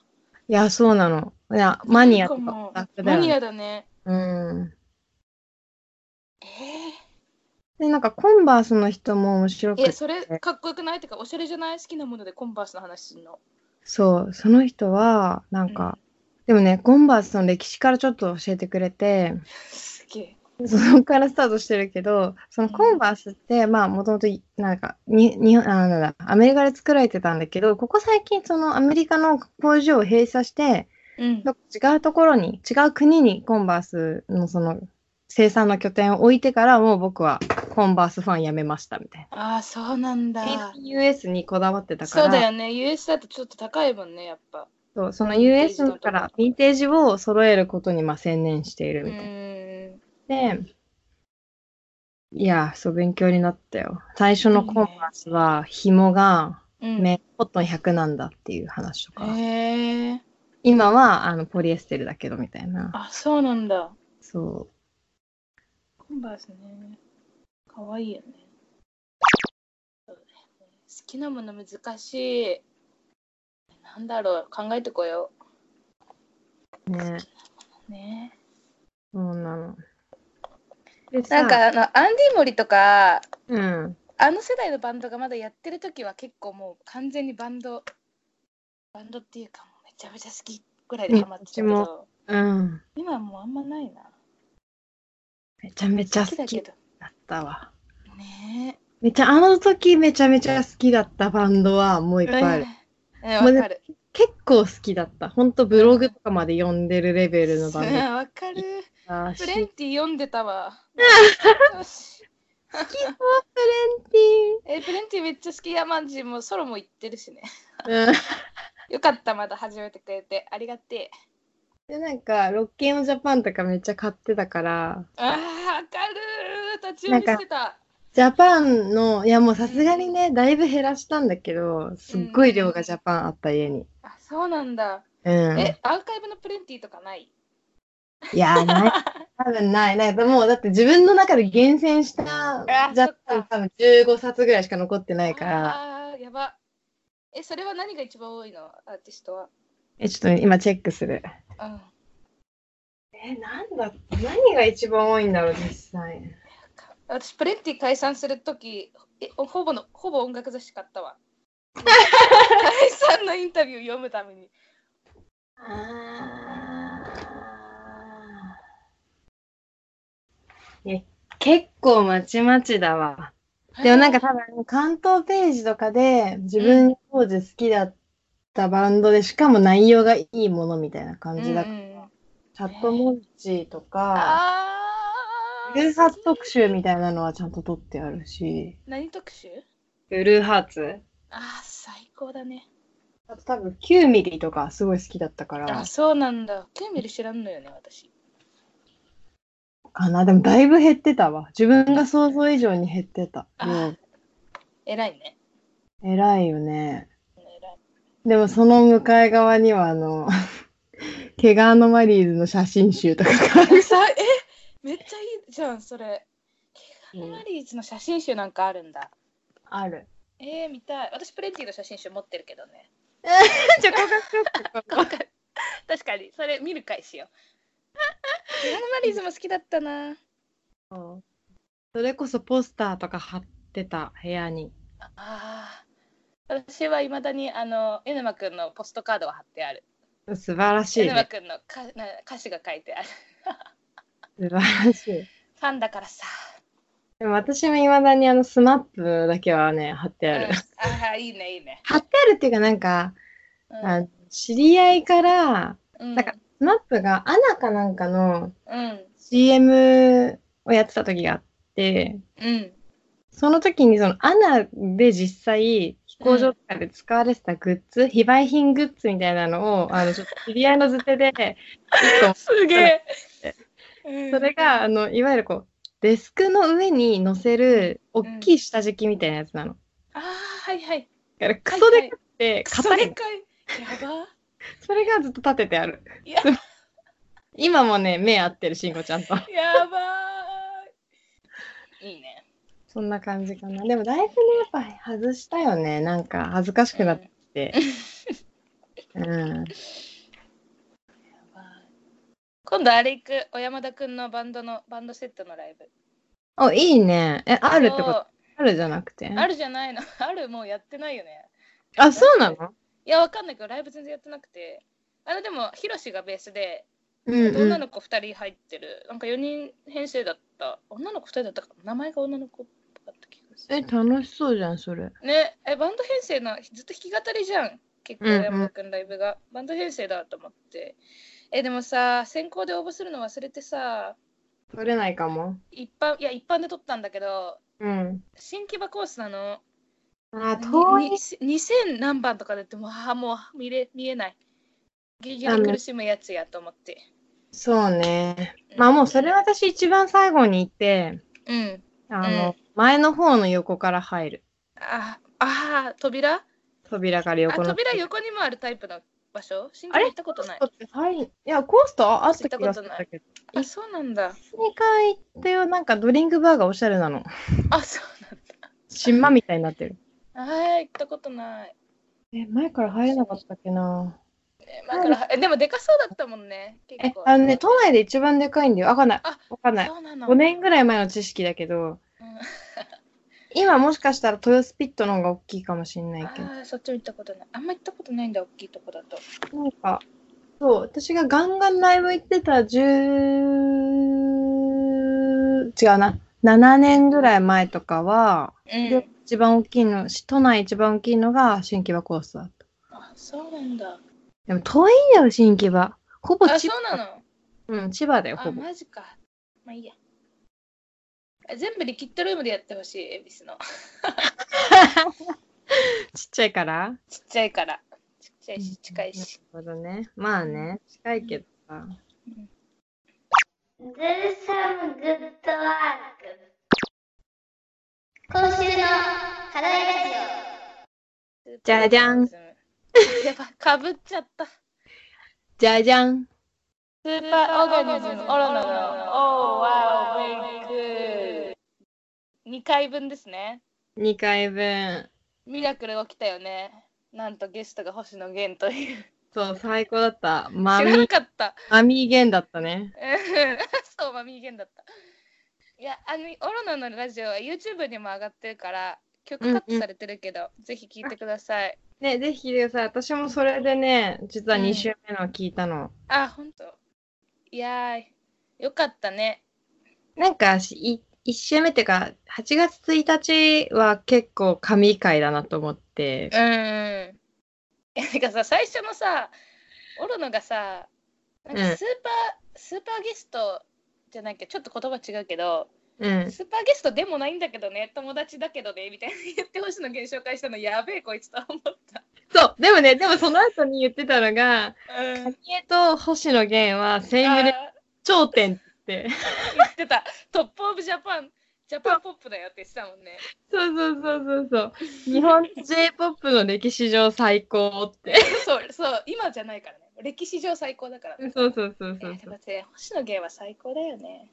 Speaker 2: い
Speaker 1: や、そうなの。いや、マニアと
Speaker 2: いい
Speaker 1: か
Speaker 2: か
Speaker 1: も
Speaker 2: も
Speaker 1: あった
Speaker 2: マ
Speaker 1: よ
Speaker 2: ニ
Speaker 1: ね。
Speaker 2: アだね
Speaker 1: うん。
Speaker 2: え
Speaker 1: で、なんか、コンバースの人も面白
Speaker 2: ー、
Speaker 1: く
Speaker 2: え
Speaker 1: て、
Speaker 2: それかっこよくないってかおしゃれじゃない好きなものでコンバースの話すんの
Speaker 1: そう、その人は、なんか、でもね、コンバースの歴史からちょっと教えてくれて、
Speaker 2: すげえ。
Speaker 1: そこからスタートしてるけど、そのコンバースって、まあ、もともと、なんか、に、に、あなんだ、アメリカで作られてたんだけど、ここ最近、そのアメリカの工場を閉鎖して、
Speaker 2: うん
Speaker 1: どっか違うところに、違う国にコンバースのその生産の拠点を置いてから、もう僕はコンバースファンやめましたみたい
Speaker 2: ああ、そうなんだ。
Speaker 1: な。US にこだわってたから、
Speaker 2: そうだよね。US だとちょっと高いもんね、やっぱ。
Speaker 1: そうその US からヴィンテージを揃えることにまあ専念している
Speaker 2: う
Speaker 1: みたい
Speaker 2: ーん。
Speaker 1: な。で、いや、そう勉強になったよ。最初のコンバースは、紐が、
Speaker 2: うん、
Speaker 1: ね、コットン100なんだっていう話とか、
Speaker 2: へえ。
Speaker 1: 今はあのポリエステルだけどみたいな。
Speaker 2: あ、そうなんだ。
Speaker 1: そう。
Speaker 2: コンバースね。かわいいよね。そうだよね好きなもの難しい。なんだろう、考えてこよ
Speaker 1: ね、
Speaker 2: う。ね。
Speaker 1: そうなの。でさ
Speaker 2: なんかあの、アンディ・モリとか、
Speaker 1: うん。
Speaker 2: あの世代のバンドがまだやってる時は結構もう完全にバンドバンドっていうかもうめちゃめちゃ好きぐらいでハマってたけ
Speaker 1: うんう
Speaker 2: ど
Speaker 1: うん。
Speaker 2: 今はもうあんまないな
Speaker 1: めちゃめちゃ
Speaker 2: 好き
Speaker 1: 好
Speaker 2: だ
Speaker 1: き
Speaker 2: け
Speaker 1: だ
Speaker 2: ど
Speaker 1: ったわ。
Speaker 2: ね
Speaker 1: めちゃ、あの時めちゃめちゃ好きだったバンドはもうい
Speaker 2: え
Speaker 1: っぱいある。
Speaker 2: うんわ、かる
Speaker 1: 結構好きだった。ほんとブログとかまで読んでるレベルの
Speaker 2: うん
Speaker 1: バンドだっ
Speaker 2: わかる
Speaker 1: た
Speaker 2: フ
Speaker 1: し。
Speaker 2: レンティ読んでた わえフレンティめっちゃ好きやマンジもうソロも行ってるしね
Speaker 1: うん。
Speaker 2: よかったまだ始めてくれてありがてえ
Speaker 1: で、なんか、ロッキンオンジャパンとかめっちゃ買ってたから、
Speaker 2: あーわかる立ち読みしてた
Speaker 1: ジャパンの、いやもうさすがにね、だいぶ減らしたんだけど、すっごい量がジャパンあった家に。
Speaker 2: あそうなんだ
Speaker 1: うん。
Speaker 2: えアーカイブのプレンティとかない
Speaker 1: いやー、 ない。多分ない。なんかもう、だって自分の中で厳選した
Speaker 2: あ、
Speaker 1: じゃ
Speaker 2: そっか
Speaker 1: 多分15冊ぐらいしか残ってないから、
Speaker 2: あーやば。え、それは何が一番多いのアーティストは。
Speaker 1: え、ちょっと今チェックする。
Speaker 2: うん。
Speaker 1: え、なんだ、何が一番多いんだろう、実際。
Speaker 2: 私、プレッティ解散するとき、えほぼの、ほぼ音楽雑誌買ったわ。解散のインタビュー読むために。
Speaker 1: え、結構まちまちだわ。でもなんか多分、関東ページとかで、自分が当時好きだったバンドで、しかも内容がいいものみたいな感じだから、
Speaker 2: うんうん
Speaker 1: チャットモンチーとか、
Speaker 2: あ
Speaker 1: ブルー
Speaker 2: ー
Speaker 1: ハーツ特集みたいなのはちゃんと撮ってあるし。
Speaker 2: 何特集
Speaker 1: ブルーハーツ
Speaker 2: あー最高だね
Speaker 1: あと多分9ミリとかすごい好きだったか
Speaker 2: あ
Speaker 1: ら
Speaker 2: そうなんだケンビル知らんのよね私
Speaker 1: かなでもだいぶ減ってたわ自分が想像以上に減ってた
Speaker 2: あ
Speaker 1: 量
Speaker 2: 偉い ね
Speaker 1: 偉いよねでもその向かい側にはあの ケガーノマリーズの写真集とかがある
Speaker 2: えさえめっちゃいいじゃんそれケガネマリーズの写真集なんかあるんだ
Speaker 1: ある
Speaker 2: えー、見たい私プレンティの写真集持ってるけどね
Speaker 1: じゃあ こ
Speaker 2: 今回確かにそれ見る回しようケガネマリーズも好きだったな
Speaker 1: こそれこそポスターとか貼ってた部屋に
Speaker 2: あー私はいまだにあのエヌマくんのポストカードが貼ってある
Speaker 1: 素晴らし
Speaker 2: エ
Speaker 1: い、
Speaker 2: ヌマ
Speaker 1: ね、
Speaker 2: くんのかな歌詞が書いてある
Speaker 1: 素晴らしい
Speaker 2: ファンだからさ
Speaker 1: でも私もいまだにあのスマップだけはね貼ってある、
Speaker 2: うんあーいいねいいね、
Speaker 1: 貼ってあるっていうかなんか
Speaker 2: うん
Speaker 1: あの知り合いから、
Speaker 2: うん
Speaker 1: なんかスマップがアナかなんかの
Speaker 2: うん、
Speaker 1: CM をやってた時があって、
Speaker 2: うん、
Speaker 1: その時にそのアナで実際、飛行場とかで使われてたグッズ、非売品グッズみたいなのを、あの、ちょっと知り合いの図手 で、一個
Speaker 2: すげえ、
Speaker 1: それが、あの、いわゆるこう、デスクの上に載せる、大きい下敷きみたいなやつなの。
Speaker 2: ああはいはい
Speaker 1: だから、クソでかくて、
Speaker 2: クソ
Speaker 1: 硬
Speaker 2: で
Speaker 1: い。
Speaker 2: かい やば
Speaker 1: それがずっと立ててある。
Speaker 2: いや
Speaker 1: 今もね、目合ってる、しんこちゃん と。
Speaker 2: やばーいいいね
Speaker 1: そんな感じかな。でもだいぶね、やっぱ外したよね。なんか恥ずかしくなって。 うん。
Speaker 2: 今度あれ行く小山田くんのバンドのバンドセットのライブ
Speaker 1: お、いいね。え、あるってこと
Speaker 2: と
Speaker 1: あるじゃなくて。
Speaker 2: あるじゃないの あるもうやってないよね
Speaker 1: あ、そうなの
Speaker 2: いやわかんないけどライブ全然やってなくてあれでもヒロシがベースで
Speaker 1: うん、うん。
Speaker 2: 女の子2人入ってるなんか4人編成だった女の子2人だったかな名前が女の子っぽかった気がする
Speaker 1: え、楽しそうじゃん、それ。
Speaker 2: ねえバンド編成のずっと弾き語りじゃん結構
Speaker 1: うんうん
Speaker 2: 山田君ライブが、バンド編成だと思ってえでもさ先行で応募するの忘れてさ
Speaker 1: 取れないかも。
Speaker 2: 一般いや一般で撮ったんだけど
Speaker 1: うん。
Speaker 2: 新木場コースなの
Speaker 1: あ、遠
Speaker 2: に
Speaker 1: い
Speaker 2: に。2000何番とかでってもうあーもう見れ見えないギリギリ苦しむやつやと思って
Speaker 1: そうね。まあもうそれ私一番最後に行って、
Speaker 2: うん
Speaker 1: あの、
Speaker 2: うん
Speaker 1: 前の方の横から入る。
Speaker 2: ああー扉
Speaker 1: 扉から横
Speaker 2: あ
Speaker 1: の。
Speaker 2: 扉横にもあるタイプの場所新木
Speaker 1: あ
Speaker 2: 場
Speaker 1: れ
Speaker 2: 行ったことない
Speaker 1: コーストって入んいや、コーストああった気がするん
Speaker 2: 行ったこと
Speaker 1: だ
Speaker 2: な
Speaker 1: け
Speaker 2: い
Speaker 1: ど。
Speaker 2: あそうなんだ
Speaker 1: 2階ってよなんかドリンクバーがおしゃれなの。
Speaker 2: あそう
Speaker 1: 島みたいになってる。
Speaker 2: なんだはい行ったことない
Speaker 1: え、前から入れなかったっけな
Speaker 2: え前からえでもでかそうだったもんね
Speaker 1: え
Speaker 2: 結構、
Speaker 1: あのね、都内で一番でかいんだよ。わかんない
Speaker 2: あ。
Speaker 1: わかんない。
Speaker 2: そうなの
Speaker 1: 5年ぐらい前の知識だけど、
Speaker 2: うん
Speaker 1: 今もしかしたら豊洲ピットの方が大きいかもしんない
Speaker 2: あ
Speaker 1: けど。
Speaker 2: ーそっちも行ったことないあんま行ったことないんだ大きいとこだと
Speaker 1: なんか、そう、私がガンガンライブ行ってた10、違うな、7年ぐらい前とかは、
Speaker 2: う
Speaker 1: で
Speaker 2: ん
Speaker 1: 一番大きいの、都内一番大きいのが新木場コースだった。
Speaker 2: あそうなんだ
Speaker 1: でも遠いんだよ、新木場。ほぼ
Speaker 2: あ
Speaker 1: 千
Speaker 2: そうな
Speaker 1: 葉。
Speaker 2: の
Speaker 1: うん、千葉だよ、
Speaker 2: あ
Speaker 1: ほぼ。
Speaker 2: マジかまあいいやあ全部リキッドルームでやってほしい恵比寿の
Speaker 1: ちっちゃいから
Speaker 2: ちっちゃいからちっちゃいし近いし、
Speaker 1: なるほどね。まあね、近いけどさ。
Speaker 2: うん
Speaker 3: Do some good work. 今週の課題ラジ
Speaker 1: じゃじゃん
Speaker 2: やばかぶっちゃったス
Speaker 1: じゃじゃん。
Speaker 2: ーパーオーガニズムオロナのオーワーウェイク2回分ですね
Speaker 1: 2回分。
Speaker 2: ミラクル起きたよね。なんとゲストが星野源という。
Speaker 1: そう、最高だった。マ
Speaker 2: 知らな
Speaker 1: ミ、
Speaker 2: かった。
Speaker 1: マミゲンだったね。
Speaker 2: うん そう、マミーゲンだった。いや、あの、オロナのラジオは YouTube にも上がってるから、曲カットされてるけど、ぜひ聴いてください。
Speaker 1: ね、ぜひ聞いてください。私もそれでね、実は
Speaker 2: う
Speaker 1: 2
Speaker 2: ん
Speaker 1: 週目のを聞いたの。
Speaker 2: あ、ほんと。いやー、よかったね。
Speaker 1: なんかし、い1週目っていうか、8月1日は結構神回だなと思って、
Speaker 2: うん。いや、なんかさ、最初のさ、オロノがさ、なん
Speaker 1: うん
Speaker 2: かスーパー、スーパーゲストじゃないけど、ちょっと言葉違うけど、
Speaker 1: うん。
Speaker 2: スーパーゲストでもないんだけどね、友達だけどね、みたいな言ってほしいの現象会したの、やべえ、こいつと思った。
Speaker 1: そう、でもね、でもその後に言ってたのが、
Speaker 2: うん。
Speaker 1: 蟹江と星野源はセイ
Speaker 2: あ
Speaker 1: ム
Speaker 2: ー
Speaker 1: で頂点って。
Speaker 2: 言ってた、トップオブジャパン、ジャパンポップだよって言ってたもん ね。
Speaker 1: そうそうそうそうそう。日本 J-POP の歴史上最高って。
Speaker 2: そう、そう、今じゃないからね。歴史上最高だから。
Speaker 1: そうそうそうそう
Speaker 2: えーで
Speaker 1: そう。
Speaker 2: もね星野源は最高だよね。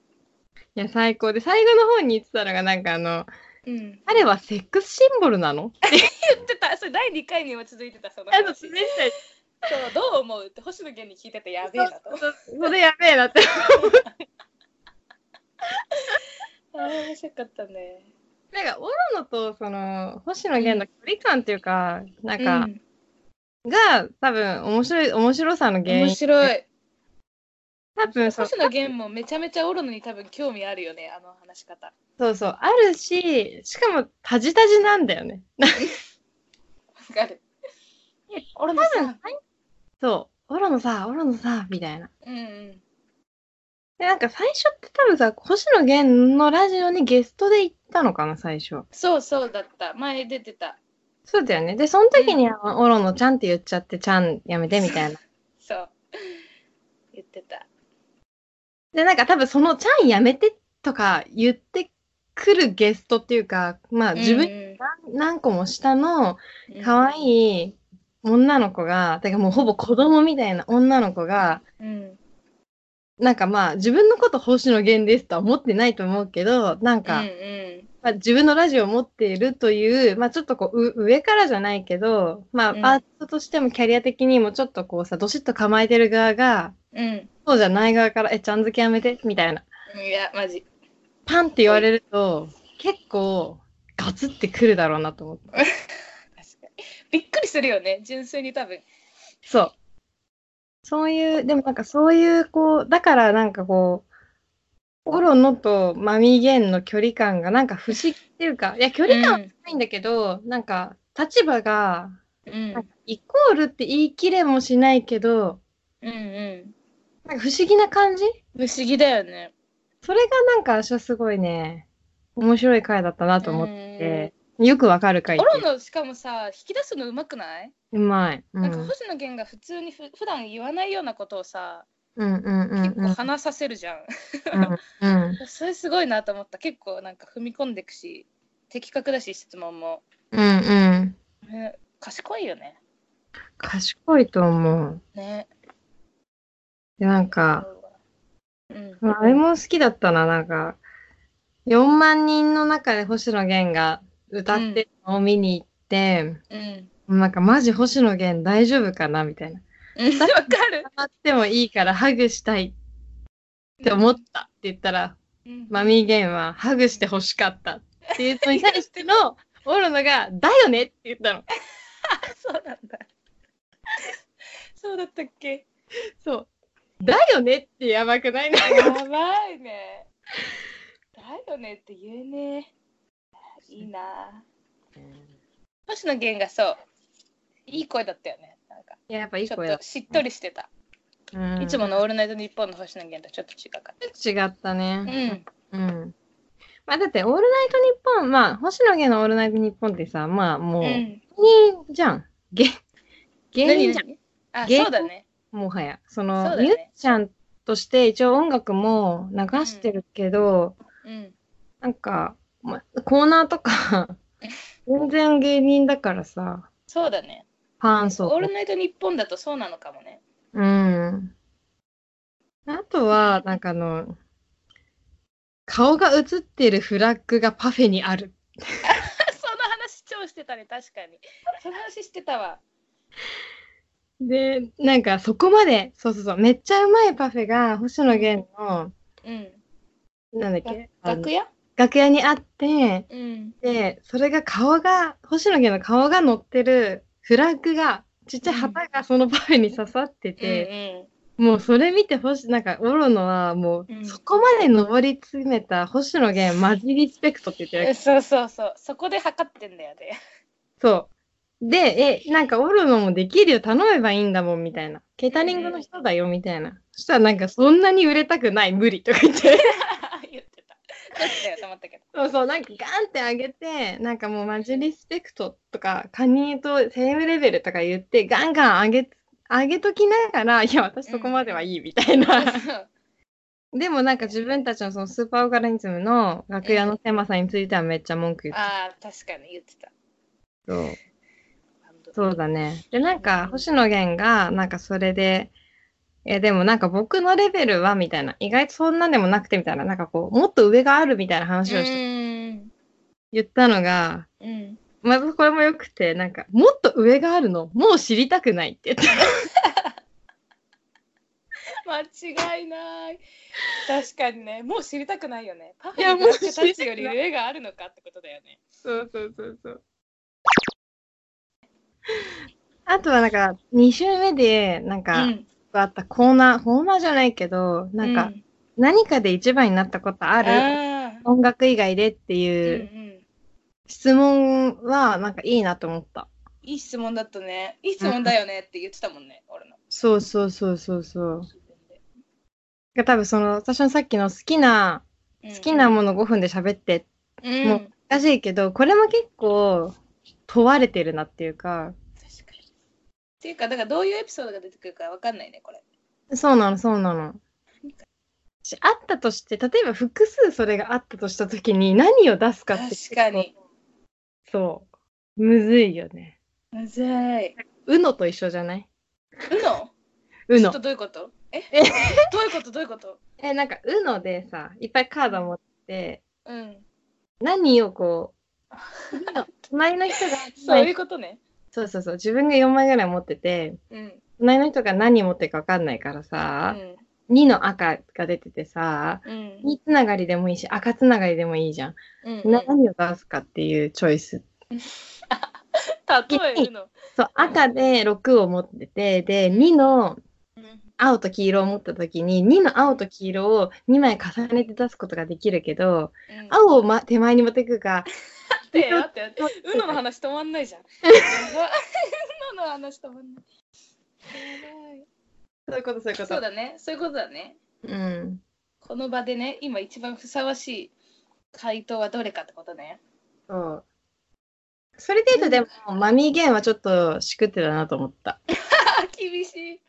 Speaker 1: いや、最高で、最後の方に言ってたのが、なんかあの、
Speaker 2: うん。言
Speaker 1: 彼はセックスシンボルなの
Speaker 2: ってた、それ第2回にも続いてた、その
Speaker 1: あの、
Speaker 2: 話。
Speaker 1: そ
Speaker 2: そうう、
Speaker 1: そ
Speaker 2: どう思うって星野源に聞いててやべえなと。
Speaker 1: うそれやべえなって。
Speaker 2: あー面白かったね。
Speaker 1: なんか、オロノと、その、星野源の距離感っていうか、なんか、
Speaker 2: うん
Speaker 1: が、多分、面白い、面白さの原
Speaker 2: 面
Speaker 1: 因。
Speaker 2: 白い。
Speaker 1: 多分そう、
Speaker 2: 星野源もめちゃめちゃオロノに多分興味あるよね、あの話し方。
Speaker 1: そうそう、あるし、しかも、タジタジなんだよね。
Speaker 2: わ かる。オロノさん。
Speaker 1: そう、オロノさ、オロノさ、みたいな。
Speaker 2: うんうん。
Speaker 1: で、なんか最初って多分さ、星野源のラジオにゲストで行ったのかな、最初。
Speaker 2: そうそうだった。前出てた。
Speaker 1: そうだよね。で、その時に、あの、オロノちゃんって言っちゃって、ちゃんやめてみたいな。
Speaker 2: そう。言ってた。
Speaker 1: で、なんか多分その、ちゃんやめてとか言ってくるゲストっていうか、まあ自分より
Speaker 2: 分
Speaker 1: 何,、何個も下の可愛い女の子が、てかもうほぼ子供みたいな女の子が、
Speaker 2: うん。
Speaker 1: なんかまあ自分のこと星野源ですとは思ってないと思うけど、なん
Speaker 2: うん
Speaker 1: か、
Speaker 2: うん。
Speaker 1: まあ、自分のラジオを持っているという、まあ、ちょっとこうう上からじゃないけど、まあ、
Speaker 2: うん
Speaker 1: アーティストとしてもキャリア的にもちょっとこうさどしっと構えてる側が
Speaker 2: うん。
Speaker 1: そうじゃない側から「えちゃん付けやめて」みたいない
Speaker 2: や、マジ。
Speaker 1: パンって言われると結構ガツってくるだろうなと思って
Speaker 2: 確かに。びっくりするよね、純粋に多分。
Speaker 1: そうそういうでもなんかそういうこうだからなんかこうオロノとマミゲンの距離感がなんか不思議っていうかいや距離感はないんだけど、なんか立場が
Speaker 2: うん。うん
Speaker 1: なんかイコールって言い切れもしないけど、
Speaker 2: うんうん。
Speaker 1: なんか不思議な感じ
Speaker 2: 不思議だよね。
Speaker 1: それがなんか私はすごいね、面白い回だったなと思っ
Speaker 2: うん
Speaker 1: て、よくわかる回
Speaker 2: オ
Speaker 1: って
Speaker 2: ロ
Speaker 1: いう
Speaker 2: ノしかもさ引き出すのうまくない、
Speaker 1: うまい。うん
Speaker 2: なんか星野源が普通にふ普段言わないようなことをさ
Speaker 1: うんうんうん
Speaker 2: 結
Speaker 1: うん。
Speaker 2: 構話させるじゃん、
Speaker 1: うんうん
Speaker 2: それすごいなと思った結構なんか踏み込んでくし的確だし質問も、
Speaker 1: うんうん。
Speaker 2: ね、賢いよね
Speaker 1: 賢いと思う。
Speaker 2: ね
Speaker 1: で、なんか、
Speaker 2: うん
Speaker 1: まああれも好きだったな、なんか、4万人の中で星野源が歌ってるのを見に行って、
Speaker 2: うん
Speaker 1: なんかマジ星野源大丈夫かなみたいな。
Speaker 2: うんわかる
Speaker 1: 黙ってもいいからハグしたいって思ったって言ったら、
Speaker 2: うん
Speaker 1: マミーゲンはハグして欲しかったっていうのに対してのオロノが「だよね!」って言ったの。
Speaker 2: そうなんだそうだったっけ
Speaker 1: そう。だよねってやばくないな。
Speaker 2: やばいねだよねって言えねえいいなあ星野源がそういい声だったよねなんか
Speaker 1: やっぱいい
Speaker 2: ちょ
Speaker 1: 声
Speaker 2: っ
Speaker 1: だ
Speaker 2: と。しっとりしてた、いつもの「オールナイトニッポン」の星野源とちょっと違かっ
Speaker 1: 違った
Speaker 2: たう
Speaker 1: ね。う
Speaker 2: ん
Speaker 1: ん。まあだって「オールナイトニッポン」まあ星野源の「オールナイトニッポン」ってさまあもう
Speaker 2: う
Speaker 1: 芸
Speaker 2: ん
Speaker 1: 人じゃん。芸芸人じゃん。
Speaker 2: 何あ
Speaker 1: 芸人
Speaker 2: そうだね
Speaker 1: もはや。そ
Speaker 2: そ
Speaker 1: の
Speaker 2: うだね
Speaker 1: ミュージシャンとして一応音楽も流してるけど、
Speaker 2: うん
Speaker 1: なんか、ま、コーナーと か、全然芸人だからさ、
Speaker 2: そうだね
Speaker 1: ファン
Speaker 2: 「オ
Speaker 1: 層
Speaker 2: ールナイトニッポン」だとそうなのかもね
Speaker 1: うん。あとは、なんかあの、顔が映ってるフラッグがパフェにある。
Speaker 2: その話超してたね確かにその話してたわ
Speaker 1: で、なんかそこまで、そうそうそう、めっちゃうまいパフェが星野源の、
Speaker 2: うん
Speaker 1: なんだっ
Speaker 2: が
Speaker 1: け、あの
Speaker 2: 楽屋
Speaker 1: 楽屋にあって、
Speaker 2: うん
Speaker 1: で、それが顔が、星野源の顔が乗ってるフラッグが、ちっちゃい旗がそのパフェに刺さって
Speaker 2: うんう
Speaker 1: て、
Speaker 2: ん
Speaker 1: もうそれ見て星、なんか、オロノはもう、
Speaker 2: うん
Speaker 1: そこまで上り詰めた星野源、マジリスペクトって言ってるわ
Speaker 2: え
Speaker 1: け。
Speaker 2: そうそうそうそこで測ってんだよね
Speaker 1: そう。で、え、なんか、オロノもできるよ、頼めばいいんだもん、みたいな。ケータリングの人だよ、みたいな。そしたら、なんか、そんなに売れたくない、無理とか言って。
Speaker 2: 言ってたどっちだよと思ったけど
Speaker 1: そうそう、なんかガンって上げて、なんかもうマジリスペクトとか、カニとセームレベルとか言って、ガンガン上げ、上げときながら、いや、私そこまではいいみたいな。 でもなんか自分たちのそのスーパーオーガニズムの楽屋の狭さについてはめっちゃ文句言って
Speaker 2: ああ確かに言って
Speaker 1: た。
Speaker 2: た
Speaker 1: そうそうだね。で、なんか
Speaker 2: うん
Speaker 1: 星野源が、なんかそれで、え、でもなんか僕のレベルはみたいな、意外とそんなんでもなくてみたいな、なんかこう、もっと上があるみたいな話をして、
Speaker 2: ん
Speaker 1: 言ったのが、
Speaker 2: うん
Speaker 1: まずこれもよくて、なんか、もっと上があるの、もう知りたくないって言って。
Speaker 2: 間違いない確かにねもう知りたくないよねパフ
Speaker 1: いや
Speaker 2: ェ
Speaker 1: もう
Speaker 2: の
Speaker 1: 知りたくない
Speaker 2: 形より上があるのかってことだよね
Speaker 1: そうそうそうそう。あとはなんか、2週目で、なんか、
Speaker 2: うん
Speaker 1: あったコーナー、コーナーじゃないけど、なんか、
Speaker 2: う
Speaker 1: 何かで一番になったことある
Speaker 2: あー
Speaker 1: 音楽以外でって
Speaker 2: うんう
Speaker 1: いうん質問は、なんかいいなと思った。
Speaker 2: いい質問だったねいい質問だよねって言ってたもんね俺の
Speaker 1: そうそうそうそうそう。多分その、私のさっきの好きな、好きなもの5分で喋ってっ
Speaker 2: うん
Speaker 1: もう難しいけど、これも結構問われてるなっていうか、
Speaker 2: 確かに。っていうか、だからどういうエピソードが出てくるかわかんないね、これ。
Speaker 1: そうなの、そうなの。しあったとして、例えば複数それがあったとしたときに何を出すかって結構
Speaker 2: 確か。に。
Speaker 1: そう。むずいよね。
Speaker 2: むず い。
Speaker 1: うのと一緒じゃないう
Speaker 2: の
Speaker 1: う
Speaker 2: ちょ
Speaker 1: の
Speaker 2: っと。どういうことえ
Speaker 1: え
Speaker 2: どういうことどういうこと
Speaker 1: え、なんかうのでさ、いっぱいカード持って、
Speaker 2: うん。
Speaker 1: 何をこう、うの隣の人が、
Speaker 2: そういうことね。
Speaker 1: そうそうそう、自分が4枚ぐらい持ってて、
Speaker 2: うん。
Speaker 1: 隣の人が何持ってるか分かんないから
Speaker 2: う
Speaker 1: さ、
Speaker 2: ん。
Speaker 1: 2の赤が出ててさ、
Speaker 2: うん。
Speaker 1: につながりでもいいし、赤つながりでもいいじゃん。
Speaker 2: うん
Speaker 1: な何を出すかっていうチョイス。
Speaker 2: 例えるの。
Speaker 1: そう、赤で6を持ってて、で、2の
Speaker 2: うん
Speaker 1: 青と黄色を持った時に、2の青と黄色を2枚重ねて出すことができるけど、青を、ま、手前に持ってく か、
Speaker 2: 待って、待って、待って。うのの話止まんないじ ゃん。 うのの話止まんない。や
Speaker 1: そういうこと、そういう
Speaker 2: ば
Speaker 1: こ
Speaker 2: いそ
Speaker 1: と。
Speaker 2: うだね。そういうことだね。
Speaker 1: うん。
Speaker 2: この場でね、今一番ふさわしい回答はどれかってことね。
Speaker 1: そう。それで言うと、でも、マミーゲンはちょっとしくってたなと思った。
Speaker 2: あ厳しい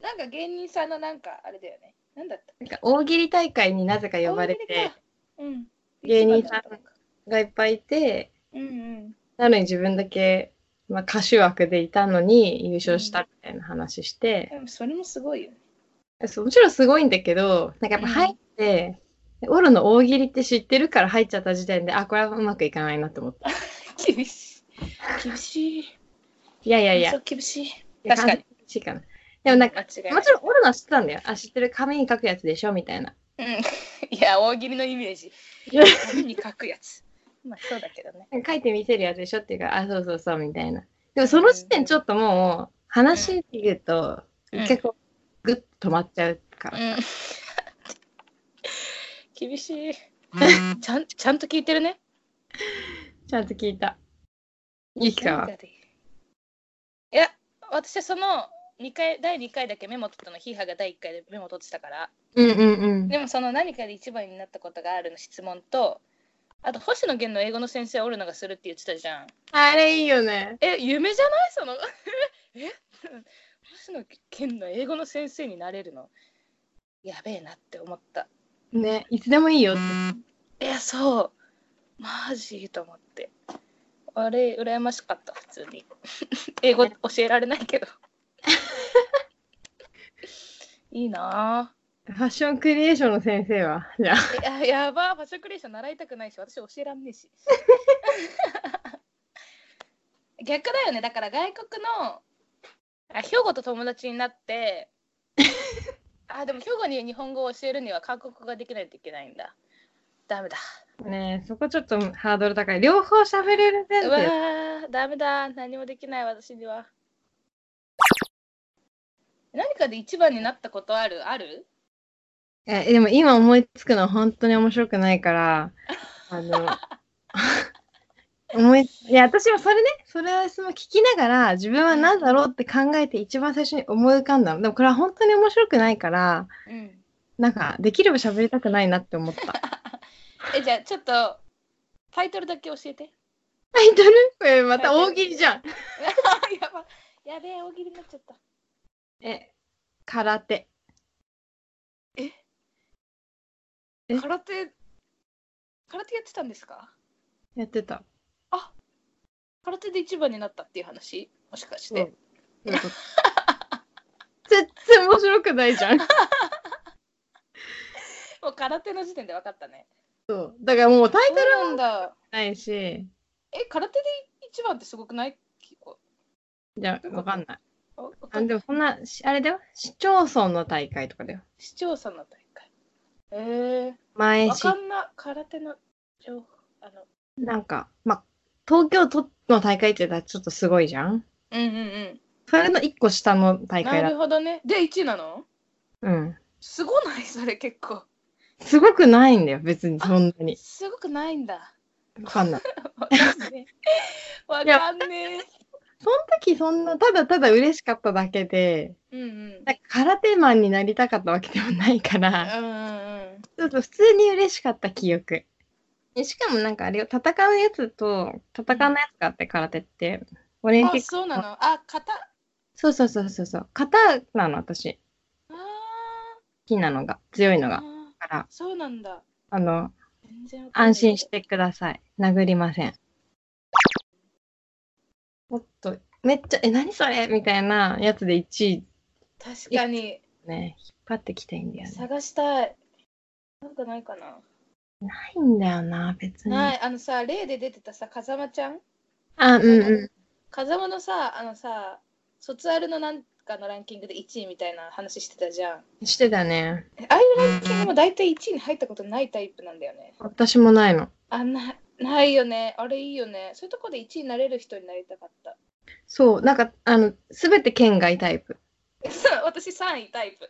Speaker 2: なんか芸人さんのなんかあれだよねなんだった
Speaker 1: なんか、大喜利大会になぜか呼ばれて、、
Speaker 2: うん、
Speaker 1: 芸人さん
Speaker 2: 一番だったのか
Speaker 1: がいっぱいいて、
Speaker 2: うんうん
Speaker 1: なのに自分だけ、まあ、歌手枠でいたのに優勝したみたいな話して、
Speaker 2: でもそれもすごいよね
Speaker 1: そうもちろんすごいんだけど、なんかやっぱ入って、オロの大喜利って知ってるから入っちゃった時点で、あ、これはうまくいかないなと思った。
Speaker 2: 厳しい厳しい
Speaker 1: いやいやい
Speaker 2: そ
Speaker 1: や
Speaker 2: う、厳しい確かに
Speaker 1: 厳しいかな。でもなんか、
Speaker 2: 間違いない
Speaker 1: もちろんオロのは知ってたんだよ。あ、知ってる紙に書くやつでしょみたいな。
Speaker 2: うんいや大喜利のイメージ
Speaker 1: いや
Speaker 2: 紙に書くやつまあそうだけどね
Speaker 1: 書いてみせるやつでしょっていうから、あ、そうそうそうみたいな。でもその時点ちょっともう、話って言うと、
Speaker 2: うん
Speaker 1: 結構グッと止まっちゃうから。
Speaker 2: うん厳しいちゃんちゃんと聞いてるね
Speaker 1: ちゃんと聞いた。ゆきかは
Speaker 2: 何。ができるいや私はその二回第2回だけメモ取ったのヒーハーが第1回でメモ取ってたから
Speaker 1: うんうん
Speaker 2: でもその何かで一番になったことがあるの質問とあと星野源の英語の先生おるのがするって言ってたじゃん
Speaker 1: あれいいよね。
Speaker 2: え夢じゃないその え星野源の英語の先生になれるのやべえなって思った
Speaker 1: ね、いつでもいいよって。
Speaker 2: いやそうマジと思ってあれ羨ましかった普通に 英語教えられないけどいいな
Speaker 1: ファッションクリエーションの先生は。じゃあ。
Speaker 2: ぁいややばーファッションクリエーション習いたくないし私教えらんねえし 逆だよねだから外国のあ兵庫と友達になってあでも兵庫に日本語を教えるには韓国語ができないといけないんだダメだ
Speaker 1: ねそこちょっとハードル高い。両方喋れる先
Speaker 2: うわ
Speaker 1: 生。
Speaker 2: ーダメだ何もできない私には何かで一番になったことあるある
Speaker 1: え、でも今思いつくのは本当に面白くないから、あの、思い、いや、私はそれね、それはその聞きながら、自分は何だろうって考えて一番最初に思い浮かんだの。でもこれは本当に面白くないから、
Speaker 2: うん。
Speaker 1: なんか、できれば喋りたくないなって思った。
Speaker 2: え、じゃあちょっと、タイトルだけ教 えて。
Speaker 1: タイトルこれまた大喜利じゃん。
Speaker 2: やば。やべえ、大喜利になっちゃった。
Speaker 1: え、空手。え
Speaker 2: 空手、空手やってたんですか
Speaker 1: やってた。
Speaker 2: 空手で一番になったっていう話もしかし
Speaker 1: そうそ
Speaker 2: て。
Speaker 1: ういうこと全然面白くないじゃん。
Speaker 2: もう空手の時点で分かったね。
Speaker 1: そう。だからもうタイ
Speaker 2: そ
Speaker 1: ト
Speaker 2: う
Speaker 1: ル
Speaker 2: なんだ。
Speaker 1: ないし、
Speaker 2: え、空手で一番ってすごくない結構
Speaker 1: じゃあ、わかんない。
Speaker 2: あ
Speaker 1: あでもそんな、しあれだよ。市町村の大会とかだよ。
Speaker 2: 市長さんの大会。ええ
Speaker 1: 前
Speaker 2: わ
Speaker 1: 市
Speaker 2: か、んな、空手の情報。あの、
Speaker 1: なんか、ま、東京都の大会って言ったらちょっとすごいじゃん
Speaker 2: うんうんうん。
Speaker 1: それの一個下の大会
Speaker 2: な
Speaker 1: だ。
Speaker 2: るほどね。で、1位なの
Speaker 1: うん。
Speaker 2: すごないそれ結構。
Speaker 1: すごくないんだよ、別にそんなに。
Speaker 2: すごくないんだ。
Speaker 1: わかんない。
Speaker 2: わかん ねえ。わかんね
Speaker 1: その時そんな、ただただ嬉しかっただけで、
Speaker 2: え。うんうん。
Speaker 1: なんか空手マンになりたかったわけでもないから。
Speaker 2: うんうんうん。
Speaker 1: ちょっと普通に嬉しかった記憶。えしかもなんかあれよ、戦うやつと戦わないやつがあって、空手って。オリンピ
Speaker 2: あ、
Speaker 1: ック。
Speaker 2: そうなの。あ、型。
Speaker 1: そうそうそうそうそう。型なの、私。
Speaker 2: あ
Speaker 1: 好きなのが、強いの
Speaker 2: ーあ
Speaker 1: が。
Speaker 2: ー。
Speaker 1: だから、
Speaker 2: そうなんだ。
Speaker 1: あの、
Speaker 2: 全然わかんない
Speaker 1: 安心し。てください。殴りません。もっと、めっちゃ、え、何それみたいなやつで1位
Speaker 2: 確かに。
Speaker 1: ね、引っ張ってきたいんだよね。
Speaker 2: 探したい。なんかないかな。
Speaker 1: ないんだよな、別に。
Speaker 2: ない。あのさ、例で出てたさ、風間ちゃん。
Speaker 1: あ、うんうん。
Speaker 2: 風間のさ、あのさ、卒アルのなんかのランキングで1位みたいな話してたじゃん。
Speaker 1: してたね。
Speaker 2: えああいうランキングも大体1位に入ったことないタイプなんだよね。
Speaker 1: 私もないの。
Speaker 2: あんな、ないよね。あれいいよね。そういうとこで1位になれる人になりたかった。
Speaker 1: そう、なんか、あの、すべて県外タイプ。
Speaker 2: そう 私3位タイプ。